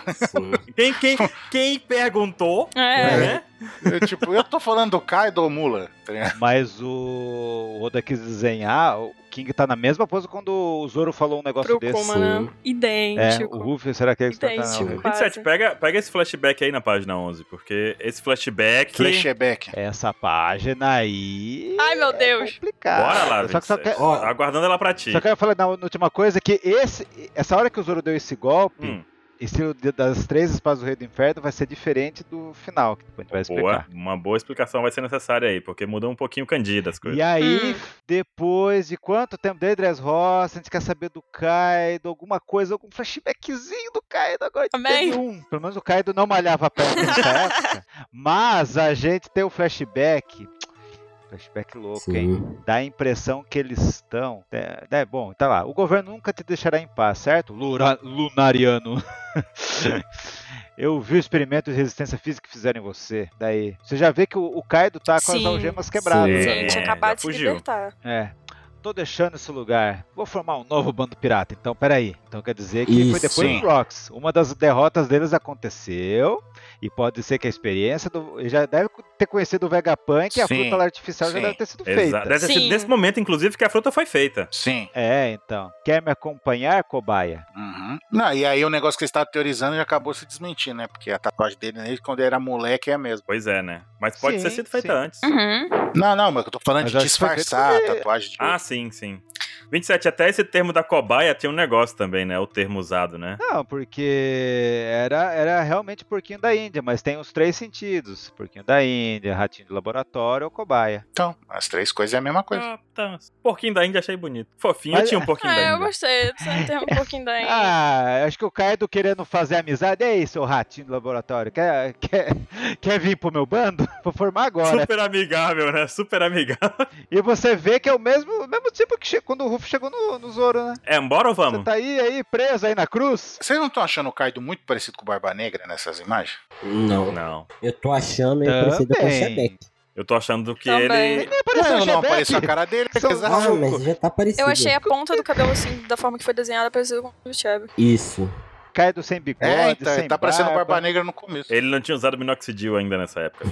Quem,
*laughs*
quem, quem perguntou,
É.
né?
Eu, tipo, eu tô falando do Kaido ou Mula, tá ligado?
Mas o Oda quis desenhar, o King tá na mesma pose quando o Zoro falou um negócio
Pro
desse.
Kuma, né?
É,
Idêntico.
o Ruffy, será que é isso que tá na-
Idêntico.
27, pega, pega esse flashback aí na página 11, porque esse flashback...
Flashback.
Essa página aí.
Ai, meu
É
Deus.
complicado.
Bora lá,
só que, só
27.
que,
Ó, Aguardando ela pra ti.
só que eu ia falar na na última coisa que esse, essa hora que o Zoro deu esse golpe,
Hum,
esse das três espadas do Rei do Inferno vai ser diferente do final, que depois a gente vai
boa,
explicar.
uma boa explicação vai ser necessária aí, porque mudou um pouquinho o Candida as coisas.
E aí,
Hum.
depois de quanto tempo? Desde Dressrosa, a gente quer saber do Kaido, alguma coisa, algum flashbackzinho do Kaido agora. a gente
Amém.
Teve um. Pelo menos o Kaido não malhava a perna
*laughs*
nessa época. Mas a gente tem o flashback. Flashback louco, hein?
Sim.
Dá a impressão que eles estão. É, é, bom, tá lá. O governo nunca te deixará em paz, certo? Lura- lunariano. *laughs* Eu vi o experimento de resistência física que fizeram em você. Daí. Você já vê que o, o Kaido tá com as
Sim.
algemas quebradas.
Sim, tinha
É,
acabado de
já
se
fugiu.
libertar.
É. Tô deixando esse lugar. Vou formar um novo bando pirata. Então, peraí. Então quer dizer que foi
Isso.
depois
Sim.
do Rocks. Uma das derrotas deles aconteceu. E pode ser que a experiência do. ele Já deve ter conhecido o Vegapunk e a
Sim.
fruta lá artificial já
Sim.
deve ter sido
Exato.
feita.
Deve ter sido
Sim.
nesse momento, inclusive, que a fruta foi feita.
Sim.
É, então. Quer me acompanhar, cobaia?
Uhum. Não, e aí o negócio que ele estava teorizando já acabou se desmentindo, né? Porque a tatuagem dele nele quando ele era moleque é a mesma.
Pois é, né? Mas pode
Sim,
ter sido feita
sim.
antes.
Uhum.
Não, não, mas eu tô falando
Mas
de
acho que foi feito
disfarçar a
porque-
tatuagem de.
Ah, sim, sim. 27, até esse termo da cobaia tinha um negócio também, né? O termo usado, né?
Não, porque era, era realmente porquinho da Índia, mas tem os três sentidos: porquinho da Índia, ratinho de laboratório ou cobaia.
Então, as três coisas é a mesma coisa.
Ah, tá. Porquinho da Índia achei bonito. Fofinho, eu
Mas-
tinha um porquinho
Ah,
da
eu
Índia.
gostei. Precisa ter um
*laughs*
pouquinho da Índia.
Ah, acho que o Kaido querendo fazer amizade. Ei, seu ratinho do laboratório, quer, quer, *laughs* quer vir pro meu bando? *laughs* Vou
*laughs*
formar agora.
Super amigável, né? Super amigável.
E você vê que é o mesmo, o mesmo tipo que che- quando o Ruff chegou no, no Zoro, né?
É, bora ou
Você
vamos?
tá aí, aí, preso aí na cruz?
Vocês não estão achando o Kaido muito parecido com o Barba Negra nessas imagens?
Não.
Não.
Eu tô achando ele
Também.
parecido com o Shebeck.
Eu tô achando que
Também.
ele.
É,
Não,
parece um
não,
Shebeck.
apareceu a cara dele.
São-
exato.
Ah, mas já tá parecido.
Eu achei a ponta do cabelo, assim, da forma que foi desenhada, parecido com o Cheb.
Isso. *laughs*
Kaido sem bigode,
É, então,
sem
ele tá parecendo o
barba.
Barba Negra no
É.
começo.
Ele não tinha usado minoxidil ainda nessa época.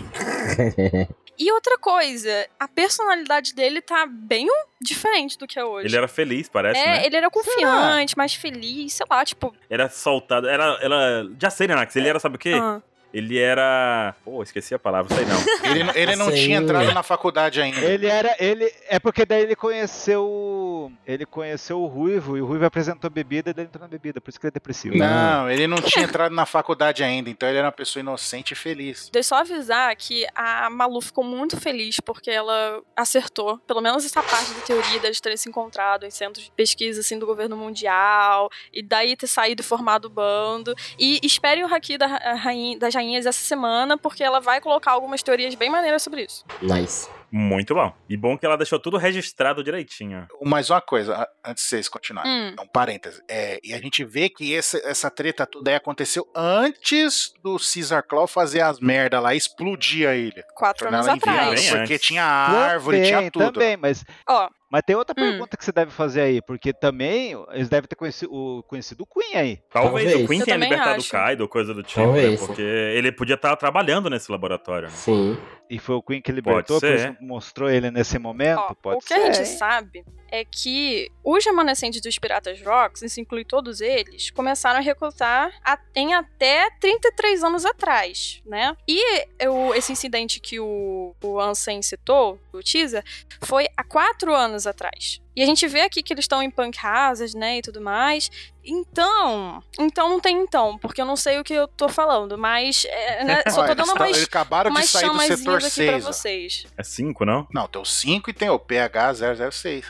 E outra coisa, a personalidade dele tá bem diferente do que é hoje.
Ele era feliz, parece,
é,
né?
ele era confiante, mais feliz, sei lá, tipo.
Era soltado. Era. era... Já sei, né, Nax? Ele era, sabe o quê?
ah.
Ele era. Pô, esqueci a palavra, sei
*laughs*
não.
Ele, não- ele não
Sim.
tinha entrado na faculdade ainda.
Ele era, ele é porque daí ele conheceu, o- ele conheceu o Ruivo e o Ruivo apresentou bebida, e daí ele entrou na bebida, por isso que ele é depressivo.
Não, ele não tinha entrado na faculdade ainda, então ele era uma pessoa inocente e feliz.
Deixa eu só avisar que a Malu ficou muito feliz porque ela acertou, pelo menos essa parte da teoria deles terem se encontrado em centros de pesquisa assim do governo mundial e daí ter saído e formado o bando. E esperem o haki da ra- rainha, das rainhas essa semana porque ela vai colocar algumas teorias bem maneiras sobre isso.
Nice.
Muito bom. E bom que ela deixou tudo registrado direitinho.
Mais uma coisa, a- antes de vocês continuarem.
Hum.
Um parêntese. É, e a gente vê que essa, essa treta toda aí aconteceu antes do Caesar Claw fazer as merda lá, explodir a ilha.
Quatro
Tornar
anos
ela inviável.
atrás.
Bem
Porque
antes.
tinha a árvore, tinha tudo.
Também, mas
Ó,
Mas tem outra
Hum.
pergunta que você deve fazer aí, porque também eles devem ter conhecido o, conhecido o Queen aí.
Talvez,
Talvez.
o Queen
Eu
tenha
também
libertado
acho.
o Kaido ou coisa do tipo, né?
Talvez.
Porque ele podia estar trabalhando nesse laboratório, né?
Sim.
E foi o Queen que
Pode
libertou, por
ser.
isso mostrou ele nesse momento.
Ó,
Pode
o que
ser.
a gente
hein?
sabe é que os remanescentes dos Piratas Rocks, isso inclui todos eles, começaram a recrutar a- em até 33 anos atrás, né? E o- esse incidente que o, o Ansem citou, o teaser, foi há quatro anos atrás. E a gente vê aqui que eles estão em punk houses, né, e tudo mais. Então, então não tem então, porque eu não sei o que eu tô falando, mas é, né, só
Olha,
tô
eles
dando
tão-
umas,
eles acabaram de
umas
sair do setor
chamazinhas aqui pra
6. ó.
vocês.
É cinco, não?
Não, tem o 5 e tem o PH006.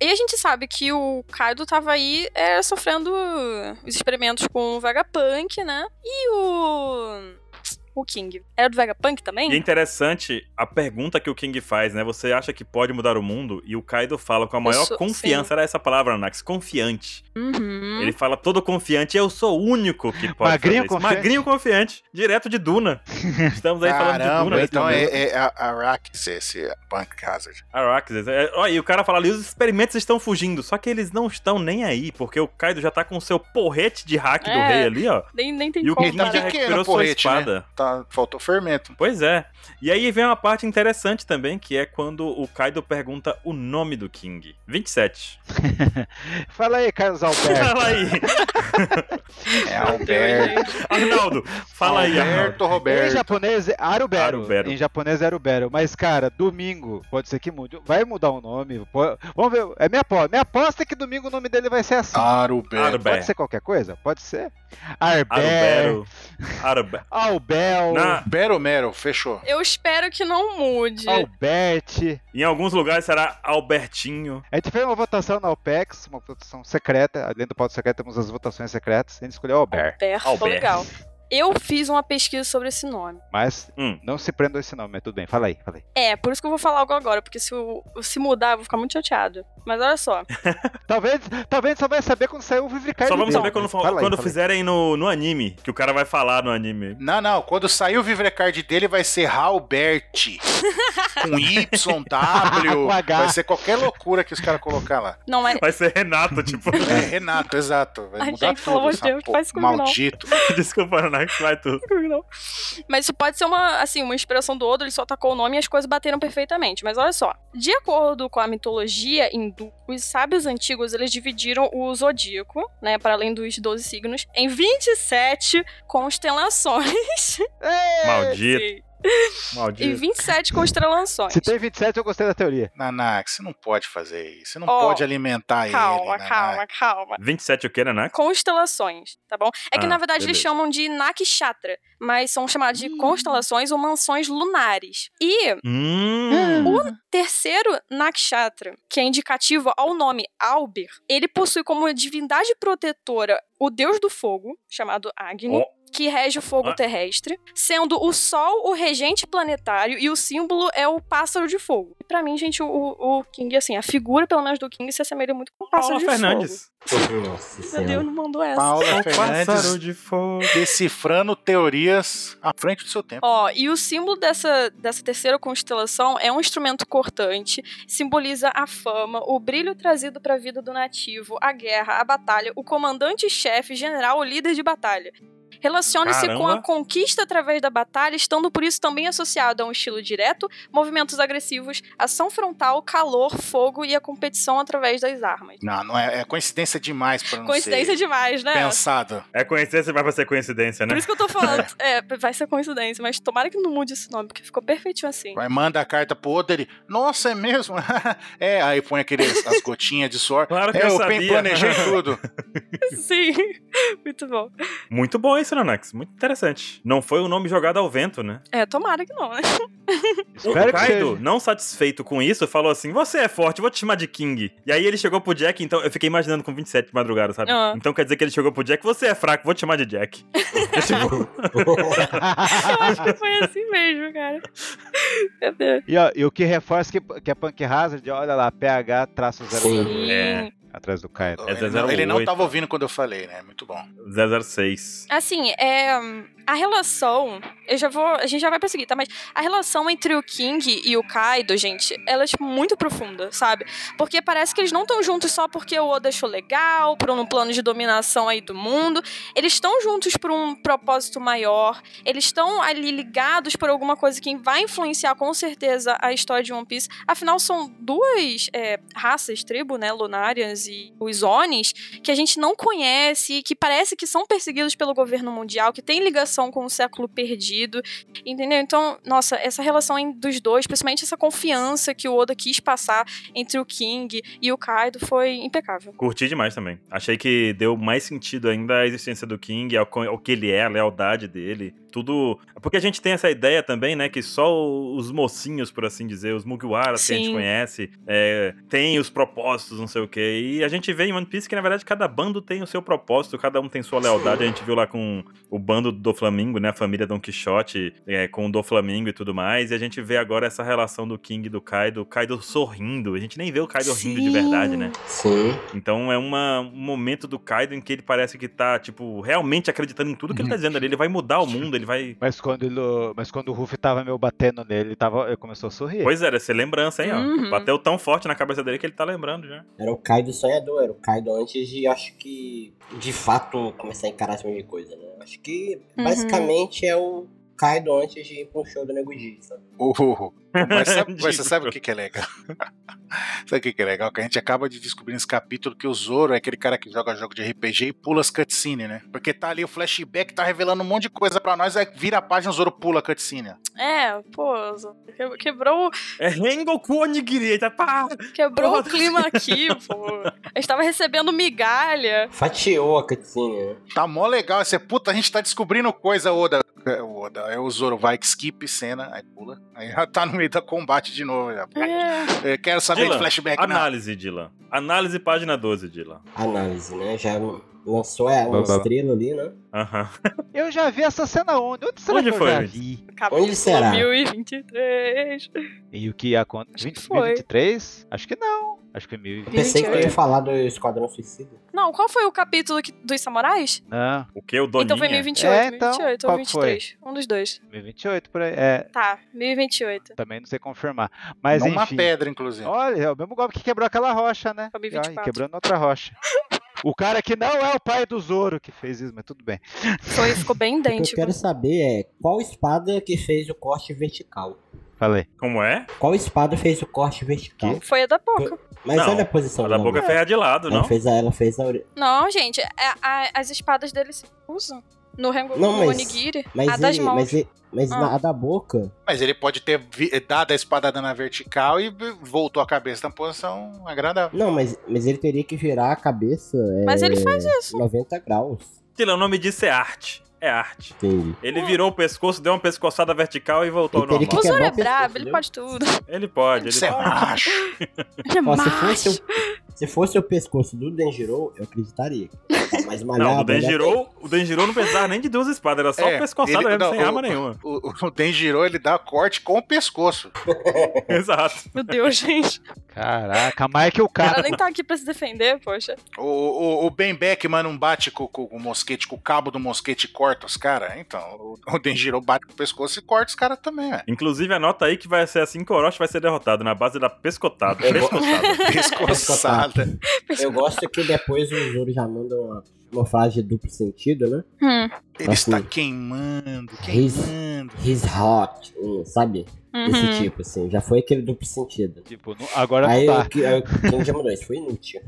E a gente sabe que o Kaido tava aí é, sofrendo os experimentos com o Vegapunk, né? E o. O King. Era do Vegapunk também?
E é interessante a pergunta que o King faz, né? Você acha que pode mudar o mundo? E o Kaido fala com a maior
sou-
confiança. Era essa a palavra, Anax. Confiante.
Uhum.
Ele fala todo confiante, eu sou o único que pode
Magrinho
fazer isso.
confiante.
Magrinho confiante, direto de Duna. Estamos aí falando de né? Duna.
Caramba,
nesse
então é,
momento.
é a- Arrakis esse Punk Hazard.
Araxes. É, ó, e o cara fala ali, os experimentos estão fugindo, só que eles não estão nem aí, porque o Kaido já tá com o seu porrete de hack do
É.
rei ali, ó.
Nem, nem tem
E o
como.
Ele tá
Kid já
parar.
pequeno,
recuperou sua
porrete, né?
espada.
Tá, faltou fermento.
Pois é. E aí vem uma parte interessante também, que é quando o Kaido pergunta o nome do King. 27.
Fala aí, Carlos Alberto.
Fala aí,
É
Deus,
Alberto.
gente.
Arnaldo. Fala aí, Arnaldo.
*laughs* Alberto
Em
Roberto.
japonês é Arubero.
Arubero.
Em japonês é Arubero. Mas, cara, domingo, pode ser que mude. Vai mudar o nome. po- Vamos ver. É minha aposta. Minha aposta é que domingo o nome dele vai ser assim.
Arubero.
Arber.
Pode ser qualquer coisa? Pode ser. Arbero.
Arubero. Arubero.
Albel.
Na,
Bero Mero, fechou.
Eu espero que não mude.
Albert.
em alguns lugares será Albertinho.
A gente fez uma votação na OPEX, uma votação secreta. Além do pauta secreto, temos as votações secretas. A gente escolheu Albert.
Perto,
Albert.
tô legal. Eu fiz uma pesquisa sobre esse nome.
Mas
Hum.
não se prendam a esse nome, mas tudo bem. Fala aí, fala aí.
É, por isso que eu vou falar algo agora, porque se, eu, se mudar, eu vou ficar muito chateado. Mas olha só.
Talvez, talvez só vai saber quando sair o Vivricar
Só vamos
Então,
saber quando, fa-
Fala aí,
quando
fala aí.
fizerem no, no anime, que o cara vai falar no anime.
Não, não. Quando sair o Vivrecard dele, vai ser
*laughs*
Halbert. com Y, W.
Com H.
vai ser qualquer loucura que os caras colocar lá.
Não, é mas
Vai ser Renato, tipo. *laughs*
É,
*laughs*
Renato, exato. Vai
Ai,
mudar
gente,
tudo.
pelo amor de
essa
Deus,
porra.
faz comigo, não.
Maldito.
Desculpa, Anax, vai tu.
comigo, não. Mas isso pode ser uma, assim, uma inspiração do Odo, ele só atacou o nome e as coisas bateram perfeitamente. Mas olha só, de acordo com a mitologia hindu, os sábios antigos, eles dividiram o zodíaco, né, para além dos 12 signos, em 27 constelações.
Maldito,
É, *laughs* Sim. E
maldito.
27 constelações.
Se tem 27, eu gostei da teoria.
Nanak, você não pode fazer isso. Você não
Ó,
pode alimentar
Calma,
ele.
calma, calma.
27 o que, Anax?
Constelações, tá bom? É que
Ah,
na verdade eles
beleza.
chamam de Nakshatra, mas são chamados de constelações ou mansões lunares. E
Hum.
O terceiro Nakshatra, que é indicativo ao nome Albir, ele possui como divindade protetora o deus do fogo, chamado Agni.
Ó.
Que rege o fogo
Oh. Ah.
terrestre, sendo o Sol o regente planetário e o símbolo é o pássaro de fogo. E pra mim, gente, o, o King, assim, a figura pelo menos do King se assemelha muito com o pássaro
Paula
de É
Fernandes.
Nossa
fogo. Meu Deus, não mandou essa.
Paula Fernandes
Pássaro de fogo.
decifrando teorias à frente do seu tempo.
Ó, e o símbolo dessa, dessa terceira constelação é um instrumento cortante, simboliza a fama, o brilho trazido para a vida do nativo, a guerra, a batalha, o comandante-chefe, general, o líder de batalha. Relaciona-se com a
Caramba.
conquista através da batalha, estando por isso também associado a um estilo direto, movimentos agressivos, ação frontal, calor, fogo e a competição através das armas.
Não, não é, é coincidência demais pra não
Coincidência
ser
demais, né?
pensado.
É coincidência, vai pra ser coincidência,
Por
né?
isso que eu
*laughs*
tô falando. É, vai ser coincidência, mas tomara que não mude esse nome, porque ficou perfeitinho assim.
Vai, manda a carta pro outro, ele, nossa, é mesmo? *laughs* é, aí põe aqueles, as gotinhas de suor.
Claro que
é,
eu
eu
sabia.
bem planejei tudo.
Sim, *laughs* muito bom.
*laughs* Muito bom isso, Anax. Muito interessante. Não foi um nome jogado ao vento, né?
É, tomara que não, né? *laughs*
Espero
o
que
Kaido,
seja.
não satisfeito com isso, falou assim: Você é forte, vou te chamar de King. E aí ele chegou pro Jack, então. Eu fiquei imaginando com 27 de madrugada, sabe?
Ah.
Então quer dizer que ele chegou pro Jack: Você é fraco, vou te chamar de
*laughs*
Jack. *laughs* É tipo,
Eu acho que foi assim mesmo, cara. Meu Deus.
E, ó, e o que reforça que, que é Punk Hazard, olha lá, PH traço 0
Sim.
É.
atrás do Kaido.
É
ele, não, ele
008.
não tava ouvindo quando eu falei, né? Muito bom.
006.
Assim, é, hum, a relação. Eu já vou. A gente já vai prosseguir, tá? Mas a relação entre o King e o Kaido, gente, ela é, tipo, muito profunda, sabe? Porque parece que eles não estão juntos só porque o Oda achou legal, por um plano de dominação aí do mundo. Eles estão juntos por um propósito maior. Eles estão ali ligados por alguma coisa que vai influenciar com certeza a história de One Piece. Afinal, são duas é, raças, tribo, né? Lunarians e os Onis, que a gente não conhece, que parece que são perseguidos pelo governo mundial, que tem ligação com o século perdido. Entendeu? Então, nossa, essa relação em- dos dois, principalmente essa confiança que o Oda quis passar entre o King e o Kaido, foi impecável.
Curti demais também. Achei que deu mais sentido ainda a existência do King, ao, co- ao que ele é, a lealdade dele. tudo. Porque a gente tem essa ideia também, né? Que só os mocinhos, por assim dizer, os Mugiwaras que a gente
Sim.
conhece, é, tem os propósitos, não sei o quê. E a gente vê em One Piece que, na verdade, cada bando tem o seu propósito, cada um tem sua lealdade. A gente viu lá com o bando do Flamingo, né? A família Don Quixote é, com o do Flamingo e tudo mais. E a gente vê agora essa relação do King e do Kaido, o Kaido sorrindo. A gente nem vê o Kaido rindo de
Sim.
verdade, né?
*laughs* Sim.
Então é uma- um momento do Kaido em que ele parece que tá, tipo, realmente acreditando em tudo que ele tá
Uhum.
dizendo ali. Ele vai mudar o mundo, ele vai.
Mas quando, ele, mas quando o Ruffy tava meio batendo nele, ele, tava, ele começou a
É.
sorrir.
Pois era, essa é lembrança, hein, ó.
Uhum.
Bateu tão forte na cabeça dele que ele tá lembrando já.
Era o Kaido sonhador, era o Kaido antes de, acho que, de fato, começar a encarar esse tipo de coisa, né? Acho que,
Uhum.
basicamente, é o Kaido antes de ir pro show do Nego Di, sabe?
Uh, uh, uh. Mas, sabe, mas você
Digo.
sabe o que, que é legal? *laughs* sabe o que, que é legal? Que a gente acaba de descobrir nesse capítulo que o Zoro é aquele cara que joga jogo de RPG e pula as cutscenes, né? Porque tá ali o flashback, tá revelando um monte de coisa pra nós, aí vira a página, o Zoro pula a cutscene.
É, pô, zo- que- quebrou,
É Rengoku Onigiri, ele tá pá!
quebrou o
Nossa.
clima aqui, pô. A gente tava recebendo migalha.
Fatiou a cutscene, né?
Tá mó legal, esse puta, a gente tá descobrindo coisa, Oda. É, o Oda, aí o Zoro vai, skip cena, aí pula. Aí já tá no meio do combate de novo.
*laughs*
Já.
É,
Eu quero saber
Dylan,
de
É
flashback, não.
Análise, Dylan. Análise, página 12, Dylan.
Análise, né? Já lançou é, uma
Vai, vai.
estrela ali, né?
Aham.
Eu já vi essa cena onde? Onde será
Onde
que
foi,
eu já
Vinícius?
vi?
capítulo
será?
1023.
E o que acontece?
Acho que foi.
2023? Acho que não. Acho que é mil...
Eu pensei que tu ia
28.
falar do Esquadrão Suicida.
Não, qual foi o capítulo que- dos samurais?
Não,
O que? O Doninha?
Então foi 1028,
É, então,
1028
qual
ou
que
23. Um dos dois.
2028 por aí. É,
Tá, 1028.
também não sei confirmar. Mas
Numa
enfim.
pedra, inclusive.
Olha, é o mesmo golpe que quebrou aquela rocha, né?
Foi
Ai,
1024.
quebrando outra rocha. O cara que não é o pai do Zoro que fez isso, mas tudo bem.
Foi, ficou bem
O que eu
idêntico.
quero saber é qual espada que fez o corte vertical.
Falei.
Como é?
Qual espada fez o corte vertical?
Foi a da boca.
Mas
Não,
olha a posição
A da
dela.
boca é ferra de lado,
ela
não?
fez a, ela fez a ori-
Não, gente, a- a- as espadas dele se usam. No Rengoku
Não, mas-
Onigiri,
Mas
a das
ele-
mãos.
mas, ele- mas
Ah.
na- a da boca,
Mas ele pode ter vi- dado a espadada na vertical e b- voltou a cabeça na posição agradável.
não, mas, mas ele teria que virar a cabeça é,
Mas ele faz isso.
90 graus.
Dylan, o nome disso é arte. É arte.
Entendi.
Ele virou o pescoço, deu uma pescoçada vertical e voltou ao
Ele teria
normal.
O Zoro
quebrar
é
o pescoço,
brabo, ele
entendeu? *laughs*
pode tudo.
Ele pode, ele
Isso é
pode.
macho.
Ele é
Ó, se,
macho.
fosse o, se fosse o pescoço do Denjiro, eu acreditaria. Tá mais malhado.
*laughs* Não, o
né?
Denjiro, o Denjiro não precisava nem de duas espadas, era só
É,
o pescoçado
ele-
mesmo,
não,
sem
o-
arma
*laughs*
nenhuma.
O, o Denjiro, ele dá corte com o pescoço.
Exato.
Meu Deus, gente.
Caraca, mais que o
Ela
cara.
nem tá aqui pra se defender, poxa.
O, o, o Ben Beckman não bate com, com- com o mosquete, com o cabo do mosquete e corta os caras. Então, o, o Denjiro bate com o pescoço e corta os caras também. é.
Inclusive, anota aí que vai ser assim que o Orochi vai ser derrotado, na base da pescotada.
Eu vou-
pescoçada.
Pescoçada.
Eu gosto que depois o Zoro já manda uma, uma frase de duplo sentido, né?
Hum.
Ele está queimando, queimando.
He's hot, hum, sabe? Desse
Uhum.
tipo, assim. Já foi aquele duplo sentido.
Tipo, não- agora
Aí
não
o
dá.
que- aí o King já mudou, isso foi inútil.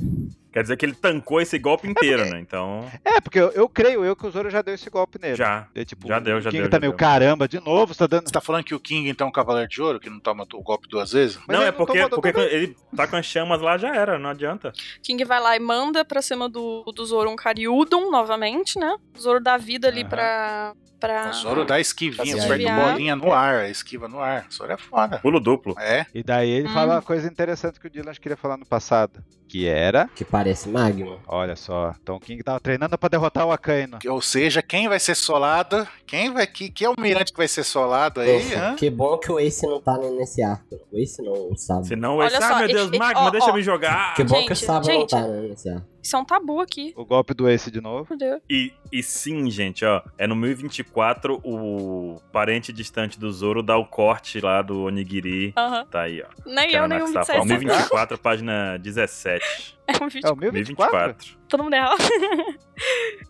Quer dizer que ele tancou esse golpe inteiro, né? Então,
É, porque eu, eu creio eu que o Zoro já deu esse golpe nele.
já.
É, tipo,
Já deu, já
o King
deu,
Tá
já
meio,
deu.
caramba, de novo, você tá dando.
Você tá falando que o King, então, é um cavaleiro de ouro, que não toma o golpe duas vezes?
Mas
não,
ele
é porque,
tomou do-
porque ele tá com as chamas lá, já era, não adianta.
King vai lá e manda pra cima do, do Zoro um Karyudon novamente, né? O Zoro dá vida ali
Aham.
pra.
O
pra...
Zoro dá esquivinha,
Pra se
aperta
desviar.
bolinha no ar, esquiva no ar. O Zoro é foda.
Pulo duplo.
É,
E daí ele
Hum.
fala uma coisa interessante que o Dylan queria falar no passado. Que era.
Que parece magma.
Olha só, então o King tava treinando pra derrotar o Akaino.
ou seja, quem vai ser solado? Quem vai que que almirante que vai ser solado aí?
Poxa,
hã?
que bom que o Ace não tá nesse arco. O Ace não, o Sabo.
Senão vai
Olha
ser, ah,
só,
meu
ele-
Deus,
ele-
Magma,
ó,
deixa
ó.
eu me jogar.
Que bom que o
Gente,
Sabo não
gente.
tá né, nesse arco.
Isso é um tabu aqui.
O golpe do Ace de novo.
Meu Deus.
E, e sim, gente, ó, é no 1024 o parente distante do Zoro dá o corte lá do Onigiri.
Aham.
Tá aí, ó.
Nem eu,
Cara,
nem o
Max tá
27
falando. 1024, página 17.
*laughs* É um
É
vídeo.
o 1024?
1024.
Todo mundo erra.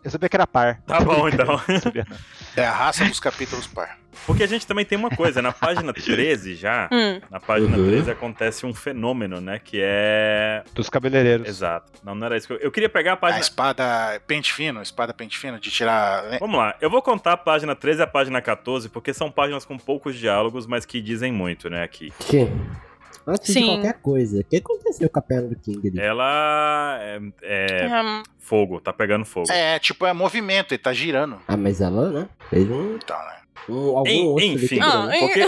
Eu sabia que era par.
Tá
*laughs*
bom, então. *laughs*
Não sabia, não.
É a raça dos capítulos par.
Porque a gente também tem uma coisa, na página 13 já,
Hum.
na página
Uhum.
13 acontece um fenômeno, né, que é...
Dos cabeleireiros.
Exato. Não, não era isso que eu... Eu queria pegar a
A
página...
espada é pente fino, espada pente fino de tirar. né?
Vamos lá, eu vou contar a página 13 e a página 14, porque são páginas com poucos diálogos, mas que dizem muito, né, aqui.
Que? Antes de
Sim.
qualquer coisa, o que aconteceu com a perna do King ali?
Ela... É, é
Aham.
fogo, tá pegando fogo.
É.
É, tipo, é movimento, ele tá girando.
Ah, mas ela, né? Fez um.
Então, né? *laughs*
Um, algum
En-
outro
enfim.
líquido.
Ah,
*laughs*
hein?
Porque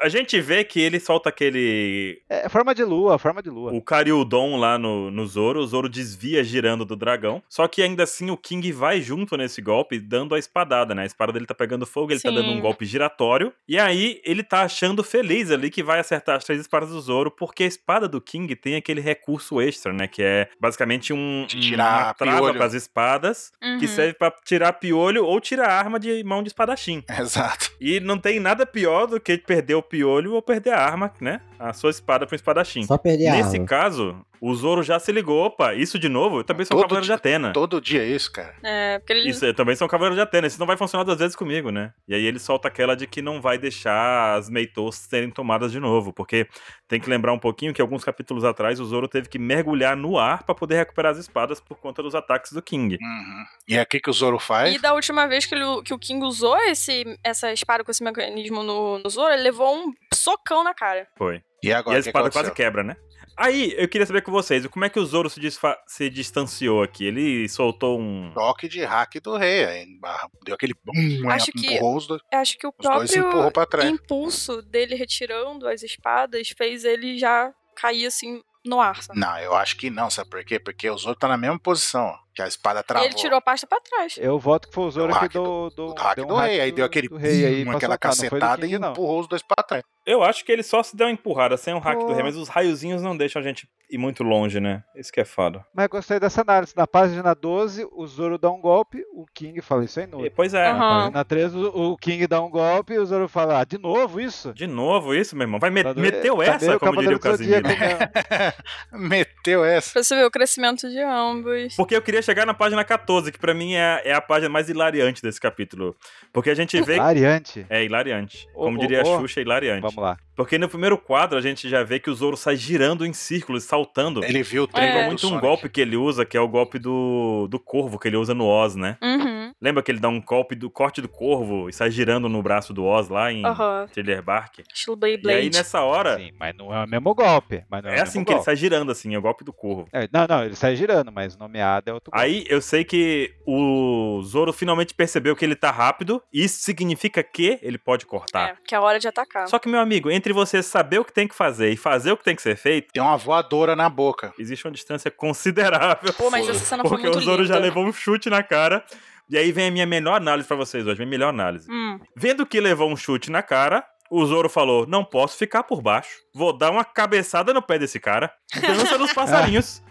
a gente vê que ele solta aquele.
É forma de lua, forma de lua.
O Karyudon lá no, no Zoro, o Zoro desvia girando do dragão. Só que ainda assim o King vai junto nesse golpe, dando a espadada, né? A espada dele tá pegando fogo, ele tá
Sim.
dando um golpe giratório. E aí ele tá achando feliz ali que vai acertar as três espadas do Zoro, porque a espada do King tem aquele recurso extra, né? Que é basicamente um,
De tirar
uma trava
piolho.
pras espadas,
*laughs* Uhum.
que serve pra tirar piolho ou tirar arma de mão de espadachim.
Exato.
E não tem nada pior do que perder o piolho ou perder a arma, né? A sua espada pra um espadachim.
Só perder a
Nesse
arma.
caso, o Zoro já se ligou, opa, isso de novo, eu também sou um
Todo
cavaleiro de
dia-
Atena.
Todo dia é isso, cara.
É, porque ele.
Isso, eu também sou um cavaleiro de Atena, isso não vai funcionar duas vezes comigo, né? E aí ele solta aquela de que não vai deixar as Meitos serem tomadas de novo, porque tem que lembrar um pouquinho que alguns capítulos atrás o Zoro teve que mergulhar no ar pra poder recuperar as espadas por conta dos ataques do King.
Uhum. E é o que que o Zoro faz?
E da última vez que, ele- que o King usou esse, essa espada com esse mecanismo no, no Zoro, ele levou um socão na cara.
Foi.
E
e
agora?
a
o que
espada
aconteceu?
quase quebra, né? Aí, eu queria saber com vocês, como é que o Zoro se, disfa- se distanciou aqui? Ele soltou um...
Toque de hack do rei. aí, barra, Deu aquele bum,
Acho
Acho
que
empurrou os dois.
Eu acho que o
Os dois se
próprio
empurrou pra trás.
impulso dele retirando as espadas fez ele já cair assim no ar. Sabe?
Não, eu acho que não, sabe por quê? Porque o Zoro tá na mesma posição, ó, que a espada travou.
Ele tirou a pasta pra trás.
Eu voto que foi o Zoro
O
que
hack
deu, deu,
o hack
deu um
do rei, aí
do-
deu aquele
do rei aí
bum, aquela
pra soltar, não foi do
cacetada
King,
e um
não.
empurrou os dois pra trás. *laughs*
Eu acho que ele só se deu uma empurrada sem o hack
Pô.
do rei, mas os raiozinhos não deixam a gente ir muito longe, né? Isso que é foda.
Mas eu gostei dessa análise. Na página 12, o Zoro dá um golpe, o King fala isso é
E,
inútil.
pois é.
Aham.
Na página 13, o o King dá um golpe e o Zoro fala, ah, de novo isso?
De novo isso, meu irmão. Vai me-
Tá doido.
meteu
Tá
essa,
meio
como diria o
Cavaleiro
Casimiro.
do Zodíaco né?
*laughs*
mesmo.
Meteu essa.
Pra você ver o crescimento de ambos.
Porque eu queria chegar na página 14, que pra mim é, é a página mais hilariante desse capítulo. Porque a gente vê.
Variante.
É hilariante.
Ô,
Como
ô,
diria a
ô.
Xuxa, é hilariante.
Vamos lá.
Porque no primeiro quadro a gente já vê que o Zoro sai girando em círculos, saltando.
Ele viu o
É.
trailer
Lembra
do
muito um
Sonic.
golpe que ele usa, que é o golpe do, do corvo que ele usa no Oz, né?
Uhum.
Lembra que ele dá um golpe do corte do corvo e sai girando no braço do Oz lá em
Aham.
Thriller Bark?
Estilo
E aí
Beyblade.
nessa hora,
Sim, mas não é o mesmo golpe. Mas não é,
é assim que ele sai girando, assim, é o golpe do corvo.
sai. Não, não, ele sai girando, mas nomeado é outro golpe.
Aí eu sei que o Zoro finalmente percebeu que ele tá rápido, e isso significa que ele pode cortar.
É, que é a hora de atacar.
tá. Só que, meu amigo, entre você saber o que tem que fazer e fazer o que tem que ser feito,
Tem uma voadora na boca.
existe uma distância considerável.
Pô, mas essa cena foi
Porque
muito
o Zoro
linda.
já levou um chute na cara. E aí vem a minha melhor análise pra vocês hoje, minha melhor análise.
Hum.
Vendo que levou um chute na cara, o Zoro falou: Não posso ficar por baixo. Vou dar uma cabeçada no pé desse cara. Dança
*laughs*
dos passarinhos.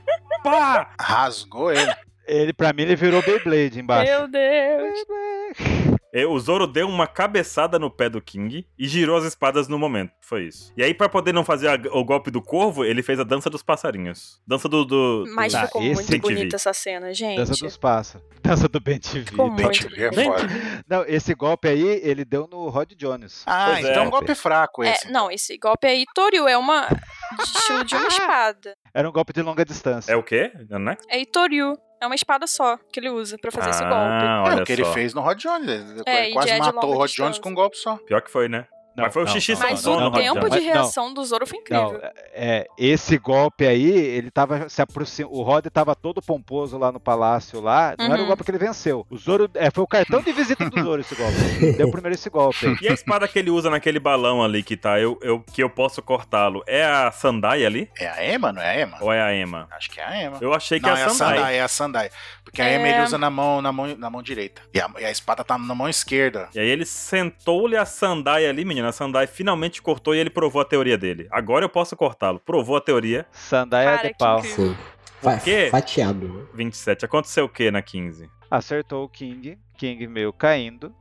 Pá!
Rasgou ele.
Ele, pra mim, ele virou Beyblade embaixo.
Meu Deus.
E O Zoro deu uma cabeçada no pé do King e girou as espadas no momento. Foi isso. E aí, pra poder não fazer a- o golpe do corvo, ele fez a dança dos passarinhos. Dança do. do, do-
Mas
Tá,
ficou
esse
tem
muito
que vir.
bonita essa cena, gente. É,
Dança dos passos. *laughs* Dança do Ben TV.
Ficou
Tem
*laughs* muito
que ver
bonita.
fora.
Não, esse golpe aí, ele deu no Rod Jones.
Ah,
Pois é.
então é um golpe fraco
É,
esse.
não, esse golpe aí, Toril, é uma. de estilo de *laughs* uma espada.
Era um golpe de longa distância.
É o quê? Né?
É Itoriu. É uma espada só que ele usa pra fazer esse golpe.
ah,
É
olha
o que
só.
ele fez no Rod Jones. Ele
É, e de-
quase
de
matou o
longa
Rod
distância.
Jones com um golpe só.
Pior que foi, né? Mas foi o xixi não,
Mas
não,
o
não, não,
tempo
não.
de
Mas não.
reação do Zoro foi incrível.
Não, é, esse golpe aí, ele tava se aproximando. O Rod tava todo pomposo lá no palácio lá. Não era o
Uhum.
golpe que ele venceu. O Zoro. É, foi o cartão de visita do Zoro esse golpe. Deu primeiro esse golpe
*laughs*
aí.
E a espada que ele usa naquele balão ali que tá, eu, eu- que eu posso cortá-lo, é a Sandai ali?
É a Ema, não é a Ema?
Ou é a Emma?
Acho que é a Ema.
Eu achei que
Não,
é
é
a Sandai.
é a Sandai. Porque a
É.
Ema ele usa na mão, na mão, na mão direita. E a, e a espada tá na mão esquerda.
E aí ele sentou-lhe a Sandai ali, menina. A Sandai finalmente cortou e ele provou a teoria dele. Agora eu posso cortá-lo. Provou a teoria.
Sandaia
Cara,
de
que
pau.
incrível.
Sim. Fa-
quê?
Fatiado. né?
27. Aconteceu o que na 15?
Acertou o King. King meio caindo.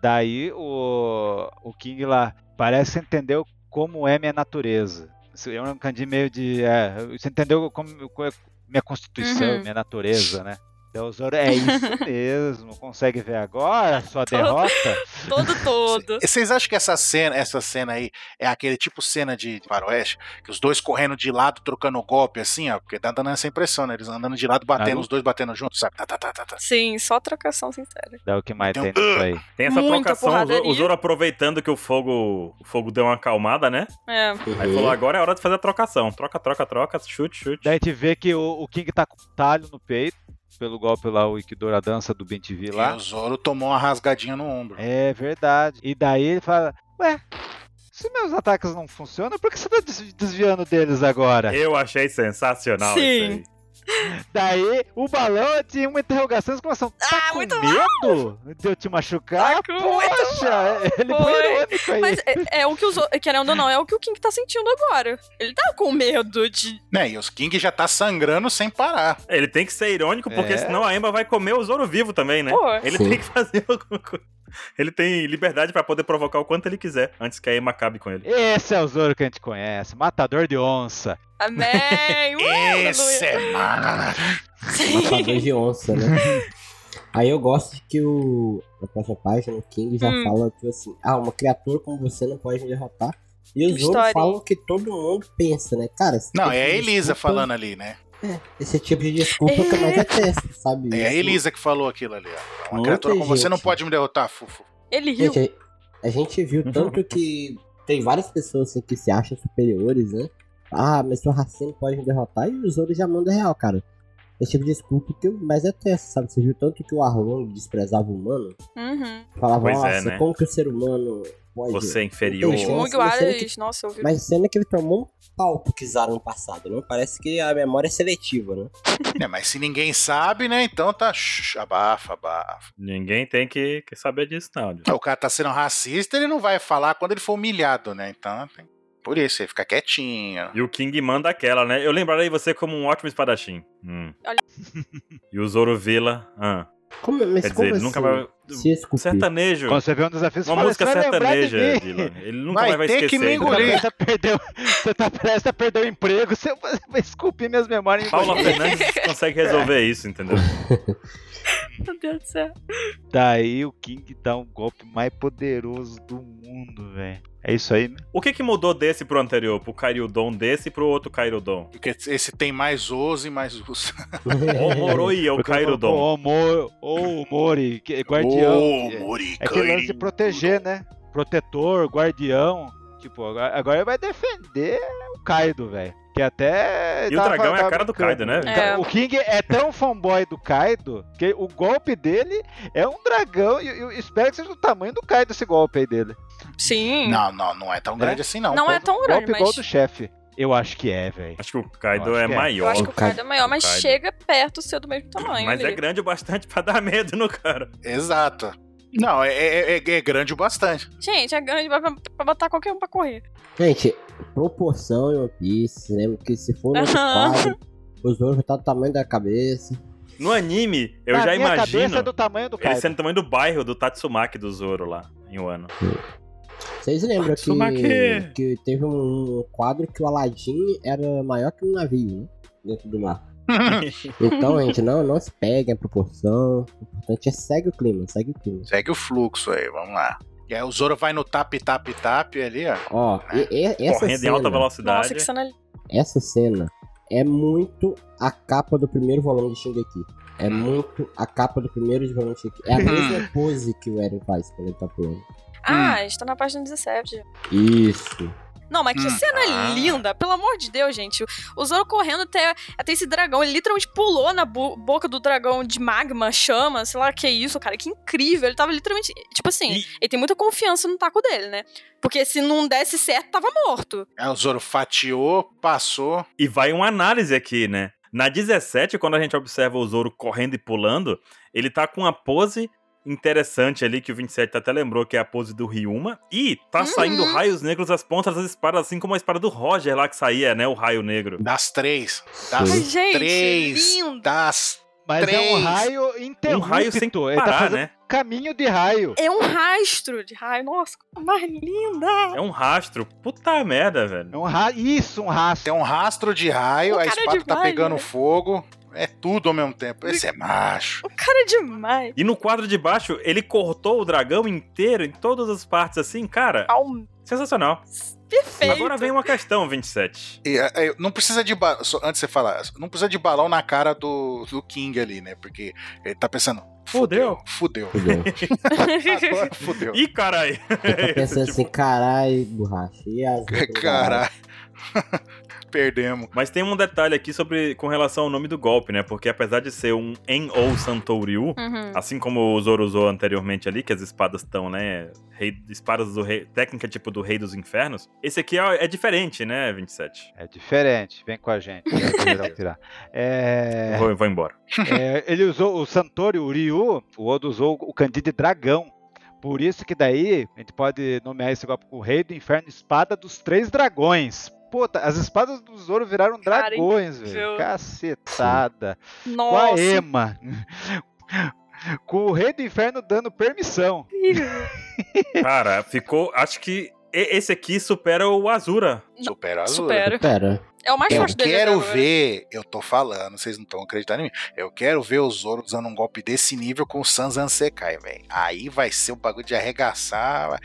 Daí o, o King lá parece entendeu como é minha natureza. Isso É um candi meio de. é, você entendeu como, como é minha constituição,
Uhum.
minha natureza, né? Daí o Zoro, é isso mesmo. Consegue ver agora a sua derrota? *laughs*
Todo, todo.
E Vocês acham que essa cena, essa cena aí é aquele tipo cena de faroeste? Que os dois correndo de lado, trocando golpe assim, ó. Porque tá dando essa impressão, né? Eles andando de lado, batendo,
Naruto.
os dois batendo juntos, sabe? Tá, tá, tá, tá, tá.
Sim, só trocação sincera.
Daí o que mais
Então,
tem nisso aí?
Tem essa
Muita
trocação, o Zoro- o
porradaria.
Zoro aproveitando que o fogo, o fogo deu uma acalmada, né?
É.
Aí
Uhum.
falou, agora é hora de fazer a trocação. Troca, troca, troca, chute, chute.
Daí a gente vê que o, o King tá com um talho no peito. pelo golpe lá, o Ikidor, a dança do Bentivi lá.
E o Zoro tomou uma rasgadinha no ombro.
É verdade. E daí ele fala: Ué, se meus ataques não funcionam, por que você tá des- desviando deles agora?
Eu achei sensacional
Sim.
isso aí.
Daí o balão tinha uma interrogação, exclamação: Tá
Ah,
com
muito
medo de eu te machucar?
Tá com
Poxa, *laughs* ele foi
Foi.
irônico aí.
Mas é, é o que os outros, querendo ou não, é o que o King tá sentindo agora. Ele tá com medo de.
Né, e os King já tá sangrando sem parar.
Ele tem que ser irônico, porque
É.
senão a Emma vai comer o Zoro vivo também, né?
Pô.
Ele
Sim.
tem que fazer *laughs* alguma coisa. Ele tem liberdade pra poder provocar o quanto ele quiser, antes que a Emma acabe com ele.
Esse é o Zoro que a gente conhece, matador de onça. *laughs*
Amém! Ué,
Esse
aleluia.
é mara.
*laughs* Sim.
Matador de onça, né? Aí eu gosto que o. Na próxima página, o King já
Hum.
fala, tipo assim, ah, uma criatura como você não pode me derrotar. E os outros
História.
falam o que todo mundo pensa, né? Cara, esse
Não,
tipo
é a
de
Elisa
desculpa-
falando ali, né?
Esse tipo de desculpa que
É.
eu mais detesto, sabe? Assim,
É a
Isso-
Elisa que falou aquilo ali, ó. Uma
Não
criatura
tem
como você
jeito.
não pode me derrotar, Fufo.
Ele riu.
Gente, a gente
Uhum.
viu tanto que tem várias pessoas assim, que se acham superiores, né? Ah, mas sua raça não pode me derrotar e os outros já mandam real, cara. Esse tipo de desculpa que eu mais detesto, sabe? Você viu tanto que o Arlong desprezava o humano?
Uhum.
Falava,
Pois é,
nossa,
né?
como que o ser humano pode...
Você é inferior.
Os
Nossa, você é
Mugiwaras,
que-
nossa, eu vi.
Mas sendo que ele tomou um pau pro Kizaru no passado, né? Parece que a memória é seletiva, né?
né, mas se ninguém sabe, né? Então tá. shh, abafa, abafa.
Ninguém tem que, que saber disso, não. gente.
O cara tá sendo racista, ele não vai falar quando ele for humilhado, né? Então, tem- por isso, ele fica quietinho.
E o King manda aquela, né? Eu lembrarei você como um ótimo espadachim. Hum.
Olha.
E o Zoro Vila. Ah.
Como, mas
Quer
como
dizer, ele
assim?
nunca vai.
Se esculpir?
Sertanejo.
Quando você vê um desafio, você
Uma
fala,
música
você vai lembrar de
sertaneja,
mim."
Dylan. Ele nunca
Vai
mais vai
ter que
esquecer.
me
ele nunca
*laughs* Você tá
engolir.
vai-
prestes a perder, você tá prestes a perder o emprego, *laughs* você vai vai esculpir minhas memórias em
Paula Fernandes consegue resolver isso, entendeu?
Meu Deus do céu.
Daí o King dá um golpe mais poderoso do mundo, velho. É isso aí, né?
O que que mudou desse pro anterior? Pro Kairudon desse e pro outro Kairudon?
Porque esse tem mais osso e mais osso.
O Moroi é o
Porque eu falo,
Kairudon.
"Pô, Mo- Ô, Mori, que- é guardião.
Ô,
que-
Mori,
é aquele lance de
Kairi.
proteger, né? Protetor, guardião. Tipo, agora, agora ele vai defender o Kaido, velho. Que até.
E o dragão é a cara do Kaido, né,
O
velho?
ca-
É.
O King é tão fanboy do Kaido que o golpe dele é um dragão. E eu espero que seja do tamanho do Kaido esse golpe aí dele.
Sim.
Não, não, não é tão
Né?
grande assim, não.
Não
Pô,
é tão
golpe
grande,
igual
mas.
do chefe. Eu acho que é, velho.
Acho que o
Eu
Kaido
acho
é
que é.
maior.
Eu acho que o Kaido é maior, mas
Kaido.
chega perto de ser do mesmo tamanho.
Mas
ali.
é grande o bastante pra dar medo no cara.
Exato. Não, é, é- é- é grande o
*laughs*
bastante.
Gente, é grande pra, pra botar qualquer um pra correr.
*laughs* Gente, proporção em One Piece, lembra que se for *laughs* no outro
Aham.
quadro, os olhos vão estar do tamanho da cabeça.
No anime, eu
Na
já
minha cabeça é
imagino
do tamanho do
ele
Kaido.
sendo do tamanho do bairro do Tatsumaki do Zoro lá, em um Wano.
Vocês lembram
Tatsumaki!
que, que teve um quadro que o Aladdin era maior que um navio, né? Dentro do mar. Então, gente, não, não se peguem a proporção. O importante é segue o clima, segue o clima.
Segue o fluxo aí, vamos lá. E aí o Zoro vai no tap, tap, tap ali, ó.
Ó, e- e- essa
correndo em
cena,
alta velocidade.
Nossa, que cena
Hum.
linda.
essa cena é muito a capa do primeiro volume de Shingeki.
Hum.
É muito a capa do primeiro de volume de Shingeki. É a mesma pose que o Eren faz quando ele tá pulando.
Ah, está na página 17.
Isso.
Não, mas que
Hum.
cena
Ah.
linda! Pelo amor de Deus, gente. O Zoro correndo até, até esse dragão. Ele literalmente pulou na bo- boca do dragão de magma, chama, sei lá que é isso, cara. Que incrível. Ele tava literalmente. Tipo assim,
E-
ele tem muita confiança no taco dele, né? Porque se não desse certo, tava morto.
Aí o Zoro fatiou, passou.
E vai uma análise aqui, né? Na 17, quando a gente observa o Zoro correndo e pulando, ele tá com uma pose interessante ali, que o 27 até lembrou, que é a pose do Ryuma. E tá
Uhum.
saindo raios negros das pontas das espadas, assim como a espada do Roger lá que saía, né? O raio negro.
Das três.
Ai,
Tá
Das
Ai, gente,
três.
lindo.
Das.
Mas é um
Três.
raio interrupto.
Um raio sem
Ele
parar,
tá fazendo
né?
um caminho de raio.
É um rastro de raio. Nossa, que mais linda!
É um rastro. Puta merda, velho.
É um ra... Isso, um
Tem
rastro.
um rastro de raio,
O
a
cara é
espada tá
demais,
pegando
né?
fogo. É tudo ao mesmo tempo. Esse é macho.
O cara é demais.
E no quadro de baixo, ele cortou o dragão inteiro em todas as partes, assim, cara.
Alm-
Sensacional.
É um Perfeito.
Agora vem uma questão, 27.
E, é, é, não precisa de ba- só Antes de você falar, não precisa de balão na cara do, do King ali, né? Porque ele tá pensando.
Fudeu.
Fudeu.
Fudeu.
*laughs*
Agora fudeu.
Ih, caralho.
Ele tá pensando assim, carai, borracha. E as outras
Caralho. *laughs* Perdemos.
Mas tem um detalhe aqui sobre com relação ao nome do golpe, né? Porque apesar de ser um En ou Santouriu,
*laughs* Uhum.
assim como o Zoro usou anteriormente ali, que as espadas estão, né? Rei, espadas do rei. Técnica tipo do Rei dos Infernos. Esse aqui é, é diferente, né, 27?
É diferente, vem com a *laughs* gente. é o que ele vai tirar. É,
Vou, vou embora.
*laughs*
é, ele usou o Santori, o Ryu, o Odo usou o Candide Dragão. Por isso que daí a gente pode nomear esse golpe com o Rei do Inferno Espada dos Três Dragões. Puta, as espadas do Zoro viraram
Cara,
dragões,
incrível.
velho. Cacetada. Com a
Nossa.
Ema. Com o Rei do Inferno dando permissão.
Cara, ficou. Acho que e- esse aqui supera o Azura.
Supera azul.
Supero.
Pera.
É o mais
Eu
forte dele. até
quero
agora.
ver, eu tô falando, vocês não estão acreditando em mim. Eu quero ver o Zoro usando um golpe desse nível com o Sanzan Sekai, velho. Aí vai ser um bagulho de arregaçar.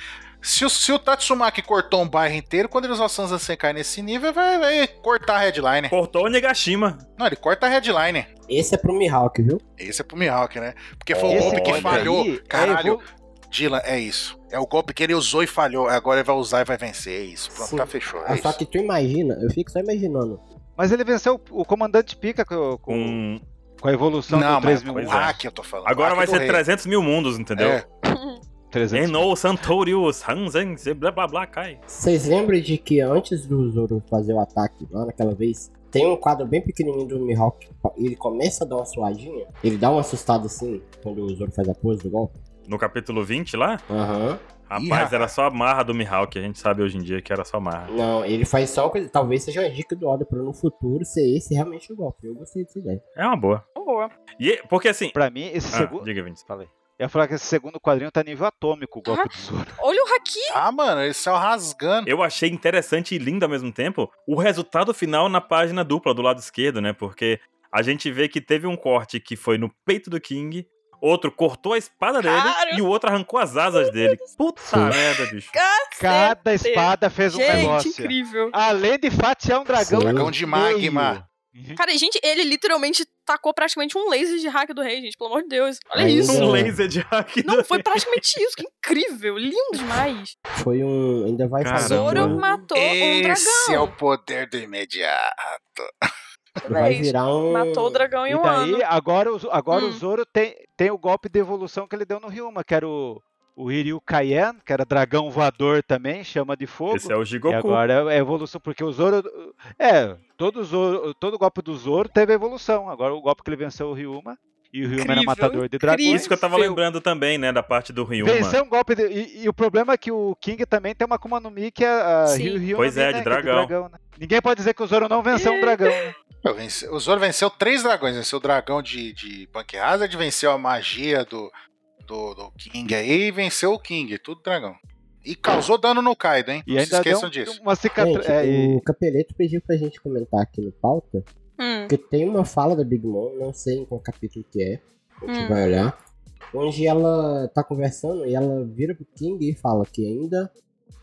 Se o, se o Tatsumaki cortou um bairro inteiro, quando ele usar o Sanzan Sekai nesse nível, vai, vai cortar a headline.
Cortou o Negashima.
Não, ele corta a headline.
Esse é pro Mihawk, viu?
Esse é pro Mihawk, né? Porque foi o
Olha
golpe que
aí.
falhou.
Aí,
Caralho,
é evolu-
Dylan, é isso. É o golpe que ele usou e falhou. Agora ele vai usar e vai vencer. É isso. Pronto,
Sim.
tá fechou. É
Ah, só
isso.
que tu imagina, eu fico só imaginando.
Mas ele venceu o o comandante Pica com, com,
Com...
com a evolução
Não,
do
mas
3 mil.
pois
o
é.
hack eu tô falando.
Agora
hack
vai
do
ser
rei.
300 mil mundos, entendeu?
É.
300.
Enou, Santoriu, Sanzen, blá blá blá, cai.
Vocês lembram de que antes do Zoro fazer o ataque lá naquela vez, tem um quadro bem pequenininho do Mihawk, ele começa a dar uma suadinha, ele dá uma assustada assim, quando o Zoro faz a pose do golpe.
No capítulo 20 lá,
Aham.
rapaz,
Ih, rapaz.
era só a marra do Mihawk. A gente sabe hoje em dia que era só marra.
Não, ele faz só uma coisa, talvez seja uma dica do Oda pra no futuro ser esse realmente o golpe. Eu gostei dessa ideia.
É uma boa.
Boa.
E, porque assim.
Pra mim, esse
Ah,
segundo.
Diga, Vinícius.
Falei. Eu ia falar que esse segundo quadrinho tá nível atômico, o golpe do Zoro.
Olha o Haki.
Ah, mano, eles saiu rasgando.
Eu achei interessante e lindo ao mesmo tempo o resultado final na página dupla do lado esquerdo, né? Porque a gente vê que teve um corte que foi no peito do King, outro cortou a espada dele
Cara!
e o outro arrancou as asas dele. Puta merda, bicho.
Cada espada fez um
Gente,
negócio.
incrível.
Além de fatiar um dragão.
Sim.
Dragão de
no
magma.
meio.
Cara, e, gente, ele literalmente tacou praticamente um laser de hack do rei, gente. Pelo amor de Deus. Olha
Aí,
isso.
Um
Não.
laser de hack.
Não, foi praticamente isso. Que incrível. Lindo demais.
Foi um. Ainda vai
Cara,
fazer.
Zoro
um-
matou um
Esse é
dragão.
o poder do imediato.
Vai virar um.
Matou o dragão em
E
um
daí,
ano.
agora, o, agora
Hum.
o Zoro tem, tem o golpe de evolução que ele deu no Ryuma, que era o, o Hiryu Kaien, que era dragão voador também, chama de
*laughs*
fogo.
Esse é o
E
Jigoku.
agora é a evolução, porque o Zoro. É, todo, Zoro, todo golpe do Zoro teve evolução. Agora o golpe que ele venceu o Ryuma. E o Ryuma era
Incrível,
matador de
Isso
dragões.
que eu tava
Seu-
lembrando também, né? Da parte do Ryuma.
Venceu um golpe. de- e, e o problema é que o King também tem uma Akuma no Mi que é a
Sim.
Ryu Ryuma.
Pois é,
Mi,
de
né, que
dragão.
né? Ninguém pode dizer que o Zoro não venceu um dragão. né?
Eu venci- O Zoro venceu três dragões. Venceu o dragão de, de Punk Hazard, venceu a magia do, do, do King aí e venceu o King. Tudo dragão. E causou dano no Kaido, hein?
E
não se
ainda deu
esqueçam
um-
disso.
uma cicatriz.
Gente,
É, e-
o Capeleto pediu pra gente comentar aqui no pauta,
Hum.
porque tem uma fala da Big Mom, não sei em qual capítulo que é, a gente
Hum.
vai olhar, onde ela tá conversando e ela vira pro King e fala que ainda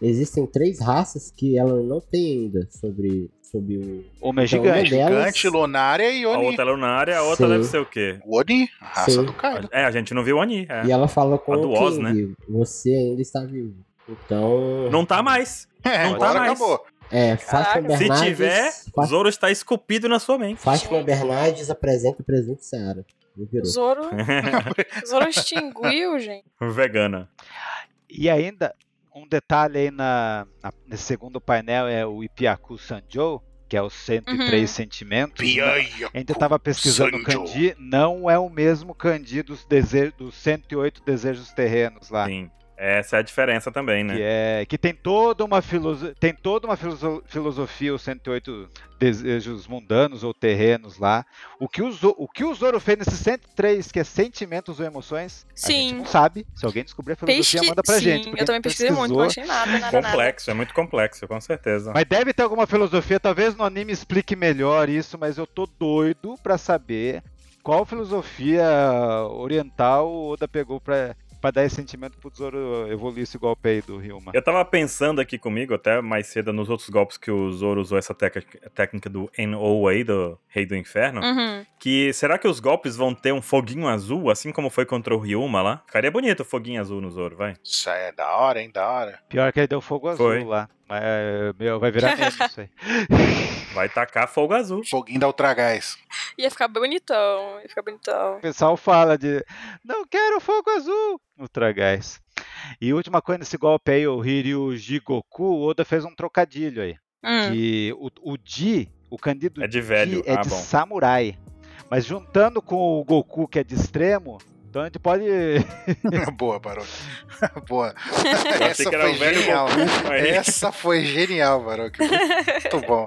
existem três raças que ela não tem ainda sobre, sobre o...
Homem é
Então,
gigante.
uma delas-
Gigante, Lunária e
A
Oni.
outra é lunária, a outra
Sim.
deve ser o quê?
O Oni, a raça
Sim.
do Kaido.
É, a gente não viu o Oni. é.
E ela fala com
A
o
do Oz, né?
King, você ainda está vivo. Então...
Não tá mais.
É,
Não tá
agora
mais.
acabou.
É, Fátima
Caraca.
Se
Bernardes...
tiver,
Fá-
Zoro está esculpido na sua mente.
Fátima Bernardes apresenta o presidente Seara. Me
*laughs*
virou.
Zoro, Zoro extinguiu, gente.
Vegana.
E ainda, um detalhe aí na, na- nesse segundo painel é o Ipiaku Sanjo, que é os 103
Uhum.
sentimentos.
Piaia.
Ainda estava pesquisando o
Sanjo.
kanji, não é o mesmo kanji dos, dese- dos 108 desejos terrenos lá.
Sim. Essa é a diferença também, né?
Que, é, que tem toda uma, filoso- tem toda uma filoso- filosofia, os 108 desejos mundanos ou terrenos lá. O que o, Zo- o que o Zoro fez nesses 103, que é sentimentos ou emoções, a gente
Sim.
não sabe. Se alguém descobrir a filosofia,
Pesqui...
manda pra
Sim,
gente. porque
eu
a
também
gente
pesquisei muito, não
pesquisou.
achei nada, nada, nada.
Complexo, é muito complexo, com certeza.
Mas deve ter alguma filosofia, talvez no anime explique melhor isso, mas eu tô doido pra saber qual filosofia oriental o Oda pegou pra, pra dar esse sentimento pro Zoro evoluir esse golpe aí do Ryuma.
Eu tava pensando aqui comigo, até mais cedo, nos outros golpes que o Zoro usou essa teca- técnica do NO aí, do Rei do Inferno,
Uhum.
que será que os golpes vão ter um foguinho azul, assim como foi contra o Ryuma lá? Ficaria bonito o foguinho azul no Zoro, vai.
Isso aí é da hora, hein? Da hora.
Pior que ele deu fogo azul
Foi.
lá. Mas, meu, vai virar meme isso aí.
Vai tacar fogo azul.
Foguinho da
*laughs*
Ultragás.
Ia ficar bonitão, ia ficar bonitão.
O pessoal fala de não quero fogo azul, Ultragás. E última coisa nesse golpe aí, o Hiryu Jigoku, o Oda fez um trocadilho aí.
Hum.
Que o, o Ji, o Candido
É de velho.
Ji é
ah,
de *laughs*
bom.
samurai. Mas juntando com o Goku, que é de extremo, então a gente pode.
*laughs*
*laughs*
Boa, Barulho. *laughs* Boa.
Eu achei que era o velho
genial.
Goku,
É.
aí.
Essa foi genial, Barulho.
*laughs*
Muito bom.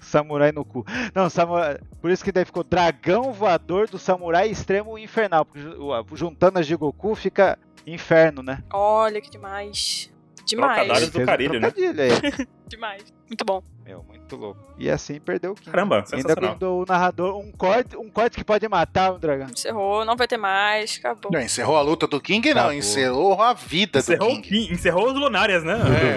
samurai no cu. Não, samurai. Por isso que daí ficou Dragão Voador do Samurai Extremo Infernal. Porque ju- o- juntando a Jigoku fica inferno, né?
Olha que demais. Demais.
Trocadilho. Vários
Ele fez
do carilho,
um
né?
trocadilho aí. *laughs*
Demais. Muito bom.
Meu, muito louco. E assim perdeu o King.
Caramba,
Ainda
sensacional.
brindou o narrador um corte, um corte que pode matar um dragão.
Encerrou, não vai ter mais, acabou.
Não, encerrou a luta do King, não.
Acabou.
Encerrou a vida
Encerrou,
do
o
King.
King- encerrou os lunárias, né?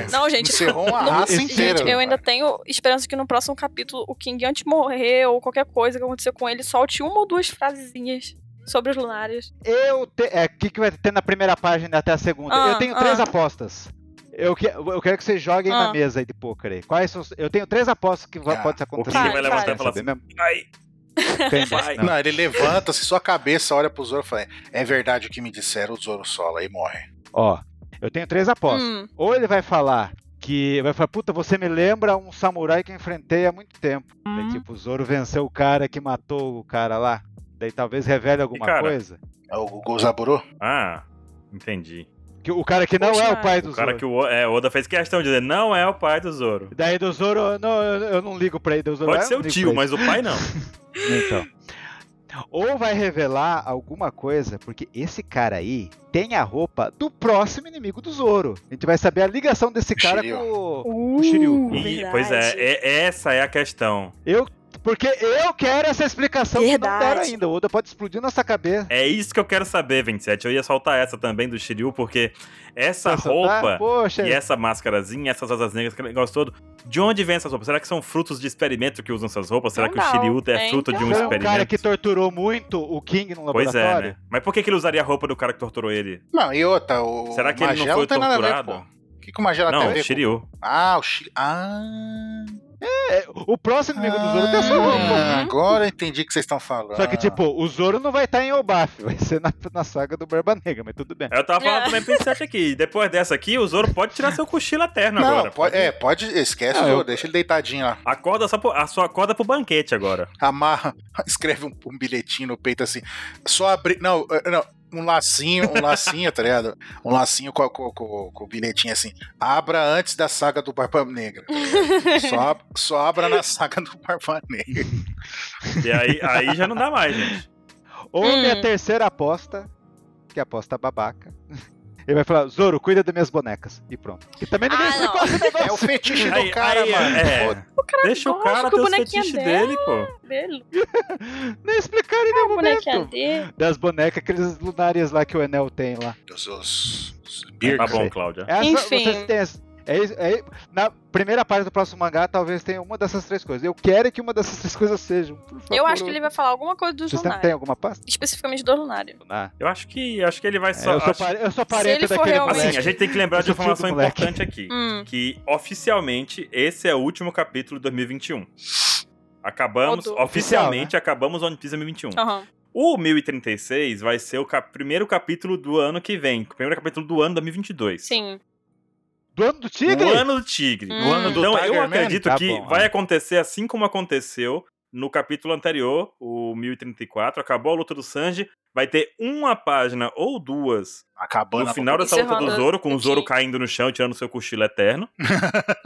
É,
*laughs*
Não, gente.
*laughs*
Encerrou uma
Não,
raça
gente,
inteira.
Eu ainda tenho esperança que no próximo capítulo o King, antes de morrer ou qualquer coisa que aconteceu com ele, solte uma ou duas frasezinhas sobre os lunares.
Eu te... É, o que, que vai ter na primeira página até a segunda?
Ah,
eu tenho
ah.
três apostas. Eu, que- eu quero que vocês joguem
Ah.
na mesa aí de pôquer aí. Quais são... os- Eu tenho três apostas que
Ah,
pode
O King
acontecer.
Vai,
vai levantar
vai.
e falar assim:
Saber mesmo?
Ai,
Tem,
Vai.
não.
Não, ele levanta, se sua cabeça olha pro Zoro e fala: É verdade o que me disseram, o Zoro sola e morre.
Ó, eu tenho três apostas.
Hum,
Ou ele vai falar que vai falar, puta, você me lembra um samurai que eu enfrentei há muito tempo.
Hum.
Daí, tipo, o Zoro venceu o cara que matou o cara lá. Daí talvez revele alguma
cara?
coisa.
É o Gozaburo?
Ah, entendi.
Que o cara que não é
Poxa.
o pai do
O cara
Zoro.
que o O- é, o Oda fez questão de dizer: não é o pai do Zoro.
Daí do Zoro, eu não, eu eu não ligo pra ele. Do Zoro, "Ah,
Pode
eu
ser
não
o
ligo
tio,
pra
mas o pai
*laughs*
não.
ele." Então. Ou vai revelar alguma coisa, porque esse cara aí tem a roupa do próximo inimigo do Zoro. A gente vai saber a ligação desse cara
Shiryu.
com o...
Uh,
o Shiryu.
Ih,
verdade.
pois é, é- essa é a questão.
Eu, porque eu quero essa explicação que não deram
Verdade.
ainda. O Oda pode explodir nossa cabeça.
É isso que eu quero saber, 27. Eu ia soltar essa também do Shiryu, porque essa
Nossa, tá?
roupa
Poxa,
e essa máscarazinha, essas asas negras, aquele negócio todo, de onde vem essas roupas? Será que são frutos de experimento que usam essas roupas? Será
Não
que o
dá,
Shiryu é
tem
fruto de
que
um
foi um cara
experimento?
que torturou muito o King no
Pois é,
laboratório.
né? Mas por que, que ele usaria a roupa do cara que torturou ele?
Não, e outra, o.
Será que ele não
Magela
foi
tem nada a ver,
torturado?
pô. O que, que o Magela tem a
Não, o
ver? Tá com-
Shiryu.
Ah, o Shiryu. Ah.
É, O próximo inimigo do Zoro tem essa roupa.
Ah, Agora eu entendi o que vocês estão falando. Ah.
Só que, tipo, o Zoro não vai estar em Obaf, *laughs* vai ser na, na saga do Barba Negra, mas tudo bem.
Eu tava falando
É.
também pro 27 aqui. Depois dessa aqui, o Zoro pode tirar seu cochilo eterno
Não,
agora.
pode, é, pode. Esquece,
Ah,
o Zoro,
eu-
deixa ele deitadinho lá.
Acorda só pro, a sua corda pro banquete agora.
Amarra, *laughs* escreve um, um bilhetinho no peito assim. Só abrir. Não, eh, não. Um lacinho, um lacinho, tá ligado? Um lacinho com, a- com, com- com o bilhetinho assim. Abra antes da saga do Barba Negra. tá ligado? Só, ab- só abra na saga do Barba Negra.
E aí, aí já não dá mais, gente.
Ou
Hum.
minha terceira aposta, que é a aposta babaca. *laughs* Ele vai falar, Zoro, cuida das minhas bonecas. E pronto. E também ninguém
Ah,
explicou
não.
esse negócio.
É o fetiche
Aí-
do cara,
aí,
mano.
é.
Foda.
Deixa o
gosta
cara
que
ter
o
os
bonequinho
fetiches
dela-
dele, pô.
Dele.
*laughs* Nem explicaram em nenhum
A bonequinha
momento.
dele.
Das bonecas, aqueles lunares lá que o Enel tem lá. É
Os, os, os
Tá
Birks.
bom, Cláudia.
Essa,
Enfim.
vocês têm as- é isso- é- na primeira parte do próximo mangá, talvez tenha uma dessas três coisas. Eu quero que uma dessas três coisas sejam. Por favor,
Eu acho que ele vai falar alguma coisa dos
Vocês têm- têm
lunares.
alguma pasta?
Especificamente do lunário.
Lunar.
Eu acho que acho que ele vai Ah, só.
É, eu, sou
acho-
pare- eu sou
Se ele
parente
for
daquele
realmente-
Assim,
moleque.
a gente tem que lembrar de
Eu
uma
sou tio do
informação
moleque.
importante aqui.
Hum.
Que oficialmente esse é o último capítulo de 2021. Acabamos,
Rodou.
oficialmente,
né?
acabamos One Piece 2021.
Aham.
O 1036 vai ser o cap- primeiro capítulo do ano que vem. O primeiro capítulo do ano 2022.
Sim.
Do ano do
O
tigre?
ano do tigre.
Hum. O ano
do
então eu
Tiger Man?
acredito
Tá
que
bom,
vai
é.
acontecer assim como aconteceu no capítulo anterior, o 1034. Acabou a luta do Sanji. Vai ter uma página ou duas
Acabando
no final dessa luta do
Encerrando
Zoro, com o
o
Zoro
King.
caindo no chão e tirando seu cochilo eterno.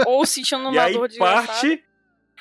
Ou
*laughs*
sentindo
e
uma
aí
dor de
parte.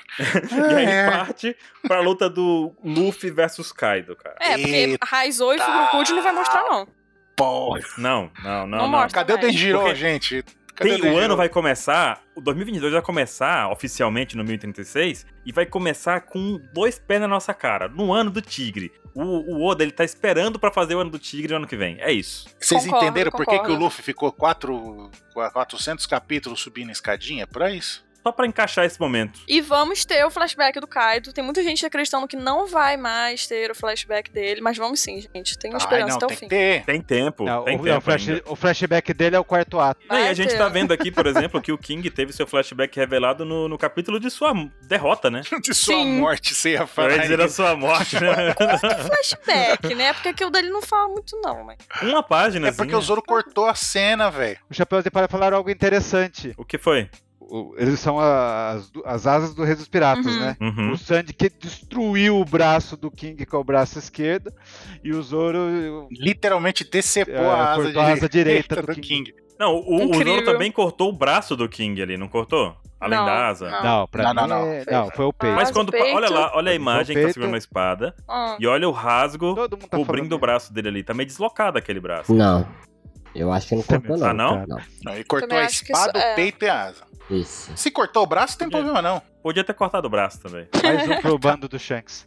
*laughs* e aí
É.
parte pra luta do Luffy versus Kaido, cara.
É, porque Raizou e Fukukuji não vai mostrar, não.
Porra.
Não, não, não,
Não
não.
mostra.
Cadê o Denjiro,
Porque-
gente? Cadê
Tem, o
Denjiro?
ano vai começar, o 2022 vai começar oficialmente no 1036 e vai começar com dois pés na nossa cara, no ano do tigre. O, o Oda, ele tá esperando pra fazer o ano do tigre no ano que vem. É isso.
Vocês
Concordo,
entenderam por que, que o
concordo.
Luffy ficou quatro, 400 capítulos subindo escadinha? Por isso?
Só pra encaixar esse momento.
E vamos ter o flashback do Kaido. Tem muita gente acreditando que não vai mais ter o flashback dele, mas vamos sim, gente. Tenho
Ai,
esperança
não,
até o
tem
fim.
que ter. *laughs*
Tem tempo,
Não,
tem
o,
tempo
o flash-
ainda.
o flashback dele é o quarto ato.
Não, e
Vai
a gente
ter.
tá vendo aqui, por exemplo, que o King teve seu flashback revelado no, no capítulo de sua derrota, *laughs* né?
De sua
Sim.
morte, você ia
Eu
falar.
ia dizer assim, a
isso.
sua morte, né?
Flashback, né? Porque aquilo dele não fala muito, não, mas.
*laughs* Uma página.
É porque o Zoro cortou a cena, velho.
O Chapéu de Palha falaram algo interessante.
O que foi?
O- eles são a- as, du- as asas do Rei dos Piratas,
Uhum.
né?
Uhum.
O Sandy que destruiu o braço do King com o braço esquerdo e o Zoro
Literalmente decepou
É,
a asa,
cortou a asa direita do
do
King.
King.
Não, o, o
Incrível.
Zoro também cortou o braço do King ali, não cortou? Além
Não,
da asa.
não.
Não, pra
Não, não,
mim
não.
é- não, foi o peito.
Mas
Mas
quando.
o peito-
Olha lá, olha a
O
imagem que tá
peito-
segurando uma espada.
Ah.
E olha o rasgo
Todo mundo tá
cobrindo o
falando.
braço dele ali. Tá meio deslocado aquele braço.
Não. Eu acho que não cortou, não.
Ah, não?
Não.
Não, ele cortou
Também
a
acho que isso-
espada, o
é.
peito e a asa.
Isso.
Se cortou o braço, não tem problema, não.
Podia ter cortado o braço também.
Mais um pro bando
*laughs*
do Shanks.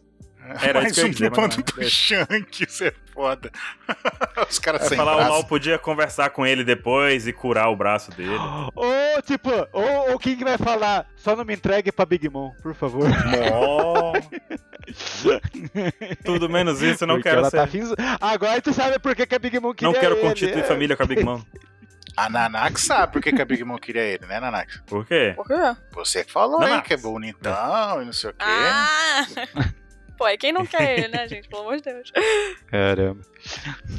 Era
Mais
isso que eu ia
um
dizer,
pro
mas
bando *laughs* do Shank, isso é foda. *laughs* Os caras
Vai
sem
falar o mal
braço.
podia conversar com ele depois e curar o braço dele.
*laughs* Ô, tipo, ou o King vai falar, só não me entregue pra Big Mom,
*laughs*
por favor.
Mó. Tudo menos isso, eu não
Porque
quero
ela
ser.
tá finzo- Agora tu sabe por que, é. que a Big Mom queria
Não quero
ele.
constituir família com a Big Mom.
A Nanak sabe por que, que a Big Mom queria ele, né, Nanak?
Por quê?
Por quê?
Você que falou, hein,
Nanak.
que é bonitão e não sei o quê.
Ah! *laughs* Pô, é quem não quer ele, né, gente? Pelo amor de Deus.
Caramba.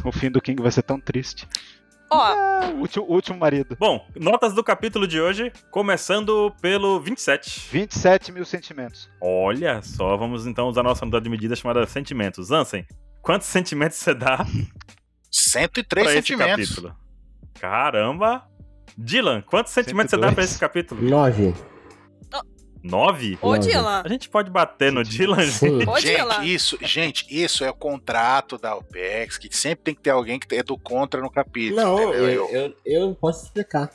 O fim do King vai ser tão triste.
Ó,
Ah, o último, o último marido.
Bom, notas do capítulo de hoje, começando pelo 27.
27 mil sentimentos.
Olha só, vamos então usar nossa unidade de medida chamada sentimentos. Ansem, quantos sentimentos você dá pra
103
esse
sentimentos.
capítulo? Caramba! Dylan, quantos sentimentos você dá pra
102.
esse capítulo?
Nove.
*laughs* Nove?
ô
Não,
Dylan.
A gente pode bater no Dylan, gente?
Sim.
Pode ir lá.
Gente, isso, gente, isso é o contrato da OPEX, que sempre tem que ter alguém que é do contra no capítulo.
Não, é,
entendeu?
eu, eu, eu posso explicar.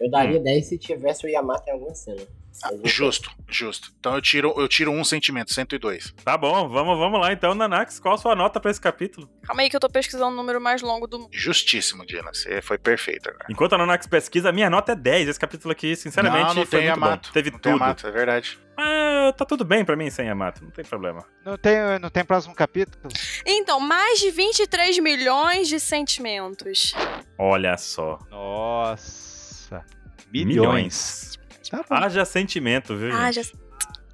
Eu daria 10 se tivesse o Yamato em alguma cena.
Ah,
Mas eu-
Justo, justo. Então eu tiro, eu tiro um sentimento, 102.
Tá bom, vamos, vamos lá então, Nanax. Qual a sua nota pra esse capítulo?
Calma aí que eu tô pesquisando o número mais longo do mundo.
Justíssimo, Dylan. Você foi perfeito agora.
Enquanto a Nanax pesquisa, a minha nota é 10. Esse capítulo aqui, sinceramente,
não, não
foi
tem
muito
Yamato.
bom. Teve
não tem
tudo.
Yamato, é verdade.
Ah, tá tudo bem pra mim sem Yamato, não tem problema.
Não tem, não tem próximo capítulo?
Então, mais de 23 milhões de sentimentos.
Olha só.
Nossa.
Milhões.
Tá bom.
Haja sentimento, viu?
Ah,
gente?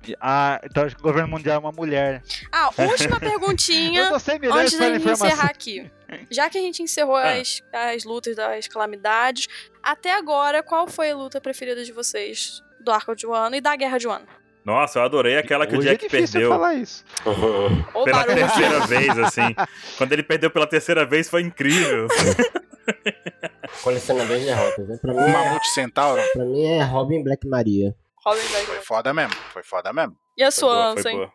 já...
Ah, então acho que o governo mundial é uma mulher.
ah
*laughs*
última
Eu
perguntinha
tô sem milhões
antes
pra
da gente
informação.
encerrar aqui. Já que a gente encerrou
Ah.
as, as lutas das calamidades, até agora, qual foi a luta preferida de vocês do Arco de Wano e da Guerra de Wano?
Nossa, eu adorei aquela que
Hoje
o
é
Jack
difícil
perdeu
falar isso.
*laughs*
Ô,
pela
barulho!
terceira vez, assim. Quando ele perdeu pela terceira vez, foi incrível.
Colecionador de derrotas. Né? Pra, mim
O
é,
Mamute Centauro
pra mim é Robin Black Maria.
*laughs* Robin Black.
foi foda mesmo. Foi foda mesmo.
E a
Foi boa,
sua,
foi
Ansem?
boa.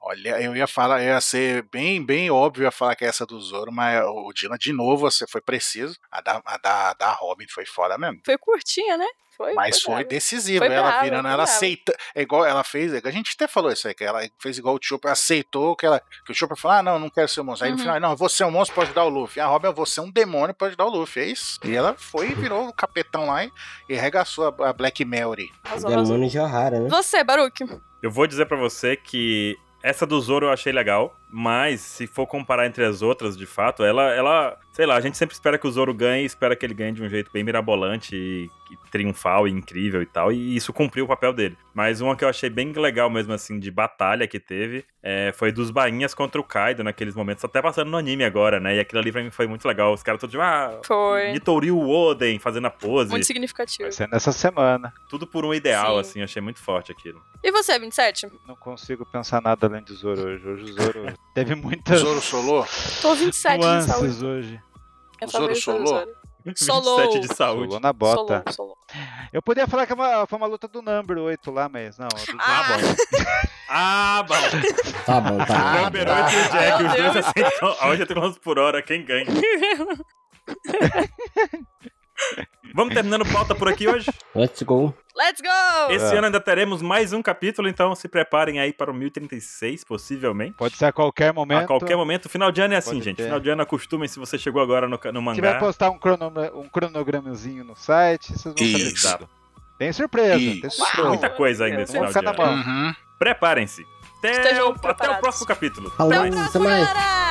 Olha, eu ia falar, eu ia ser bem, bem óbvio ia falar que é essa do Zoro, mas o Dylan, de novo, você foi preciso. A da, a da, a da Robin foi foda mesmo.
Foi curtinha, né? Foi.
Mas foi
brava.
decisivo,
Foi
ela
brava,
virando,
foi
ela
brava.
aceita. É igual ela fez, a gente até falou isso aí, que ela fez igual o Chopper, aceitou que, ela, que o Chopper falou: ah, não, não quero ser um monstro. Aí no
Uhum.
final, não, eu vou ser um monstro pra ajudar o Luffy. A Robin, eu vou ser um demônio pra ajudar o Luffy. É isso. E ela foi e virou o capetão lá e, e arregaçou a, a Black Mary.
Arrasou, arrasou.
Demônio de Ohara, né?
Você, Baruque.
Eu vou dizer pra você que essa do Zoro eu achei legal, mas se for comparar entre as outras, de fato, ela, ela, sei lá, a gente sempre espera que o Zoro ganhe, espera que ele ganhe de um jeito bem mirabolante e, e triunfal e incrível e tal, e isso cumpriu o papel dele. Mas uma que eu achei bem legal mesmo, assim, de batalha que teve, é, foi dos bainhas contra o Kaido naqueles momentos, até passando no anime agora, né? E aquilo ali pra mim foi muito legal, os caras todos, tipo, ah,
Foi.
Nitoriu Oden fazendo a pose,
Muito significativo.
Vai ser nessa semana.
tudo por um ideal,
Sim.
assim, achei muito forte aquilo.
E você, 27?
Não consigo pensar nada além de Zoro hoje. Hoje o Zoro *laughs* teve muitas
Zoro solou.
Tô 27 de saúde.
nuances hoje.
Eu
O
só
Zoro
vejo
solou?
Zoro. Solou.
27 de saúde.
Solou na bota.
Solou, solou.
Eu podia falar que é uma- foi uma luta do number 8 lá, mas não. a do Zoro.
Ah,
Ah, bom.
Tá bom,
Ah,
tá bom.
Number 8 e o Jack, os
Meu
dois
Deus.
aceitam a 80 km por hora, quem ganha? Vamos terminando pauta por aqui
*laughs*
hoje.
Let's go.
*laughs* Let's go!
Esse
É.
ano ainda teremos mais um capítulo, então se preparem aí para o 1036, possivelmente.
Pode ser a qualquer momento.
A qualquer momento. Final de ano é assim,
Pode
gente.
ter.
Final de ano acostumem se você chegou agora no, ca- no
A gente vai
mangá.
postar um, cronoma, um cronogramazinho no site, vocês vão saber
Isso.
tudo. Tem surpresa,
Ih,
tem
uau.
surpresa.
Muita coisa ainda esse
Meu
final
Deus.
de
Cada
ano.
bom.
Uhum.
Preparem-se. Até
Estejam
o, até o
preparados.
próximo capítulo.
Falou,
Até mais.
até mais.
galera!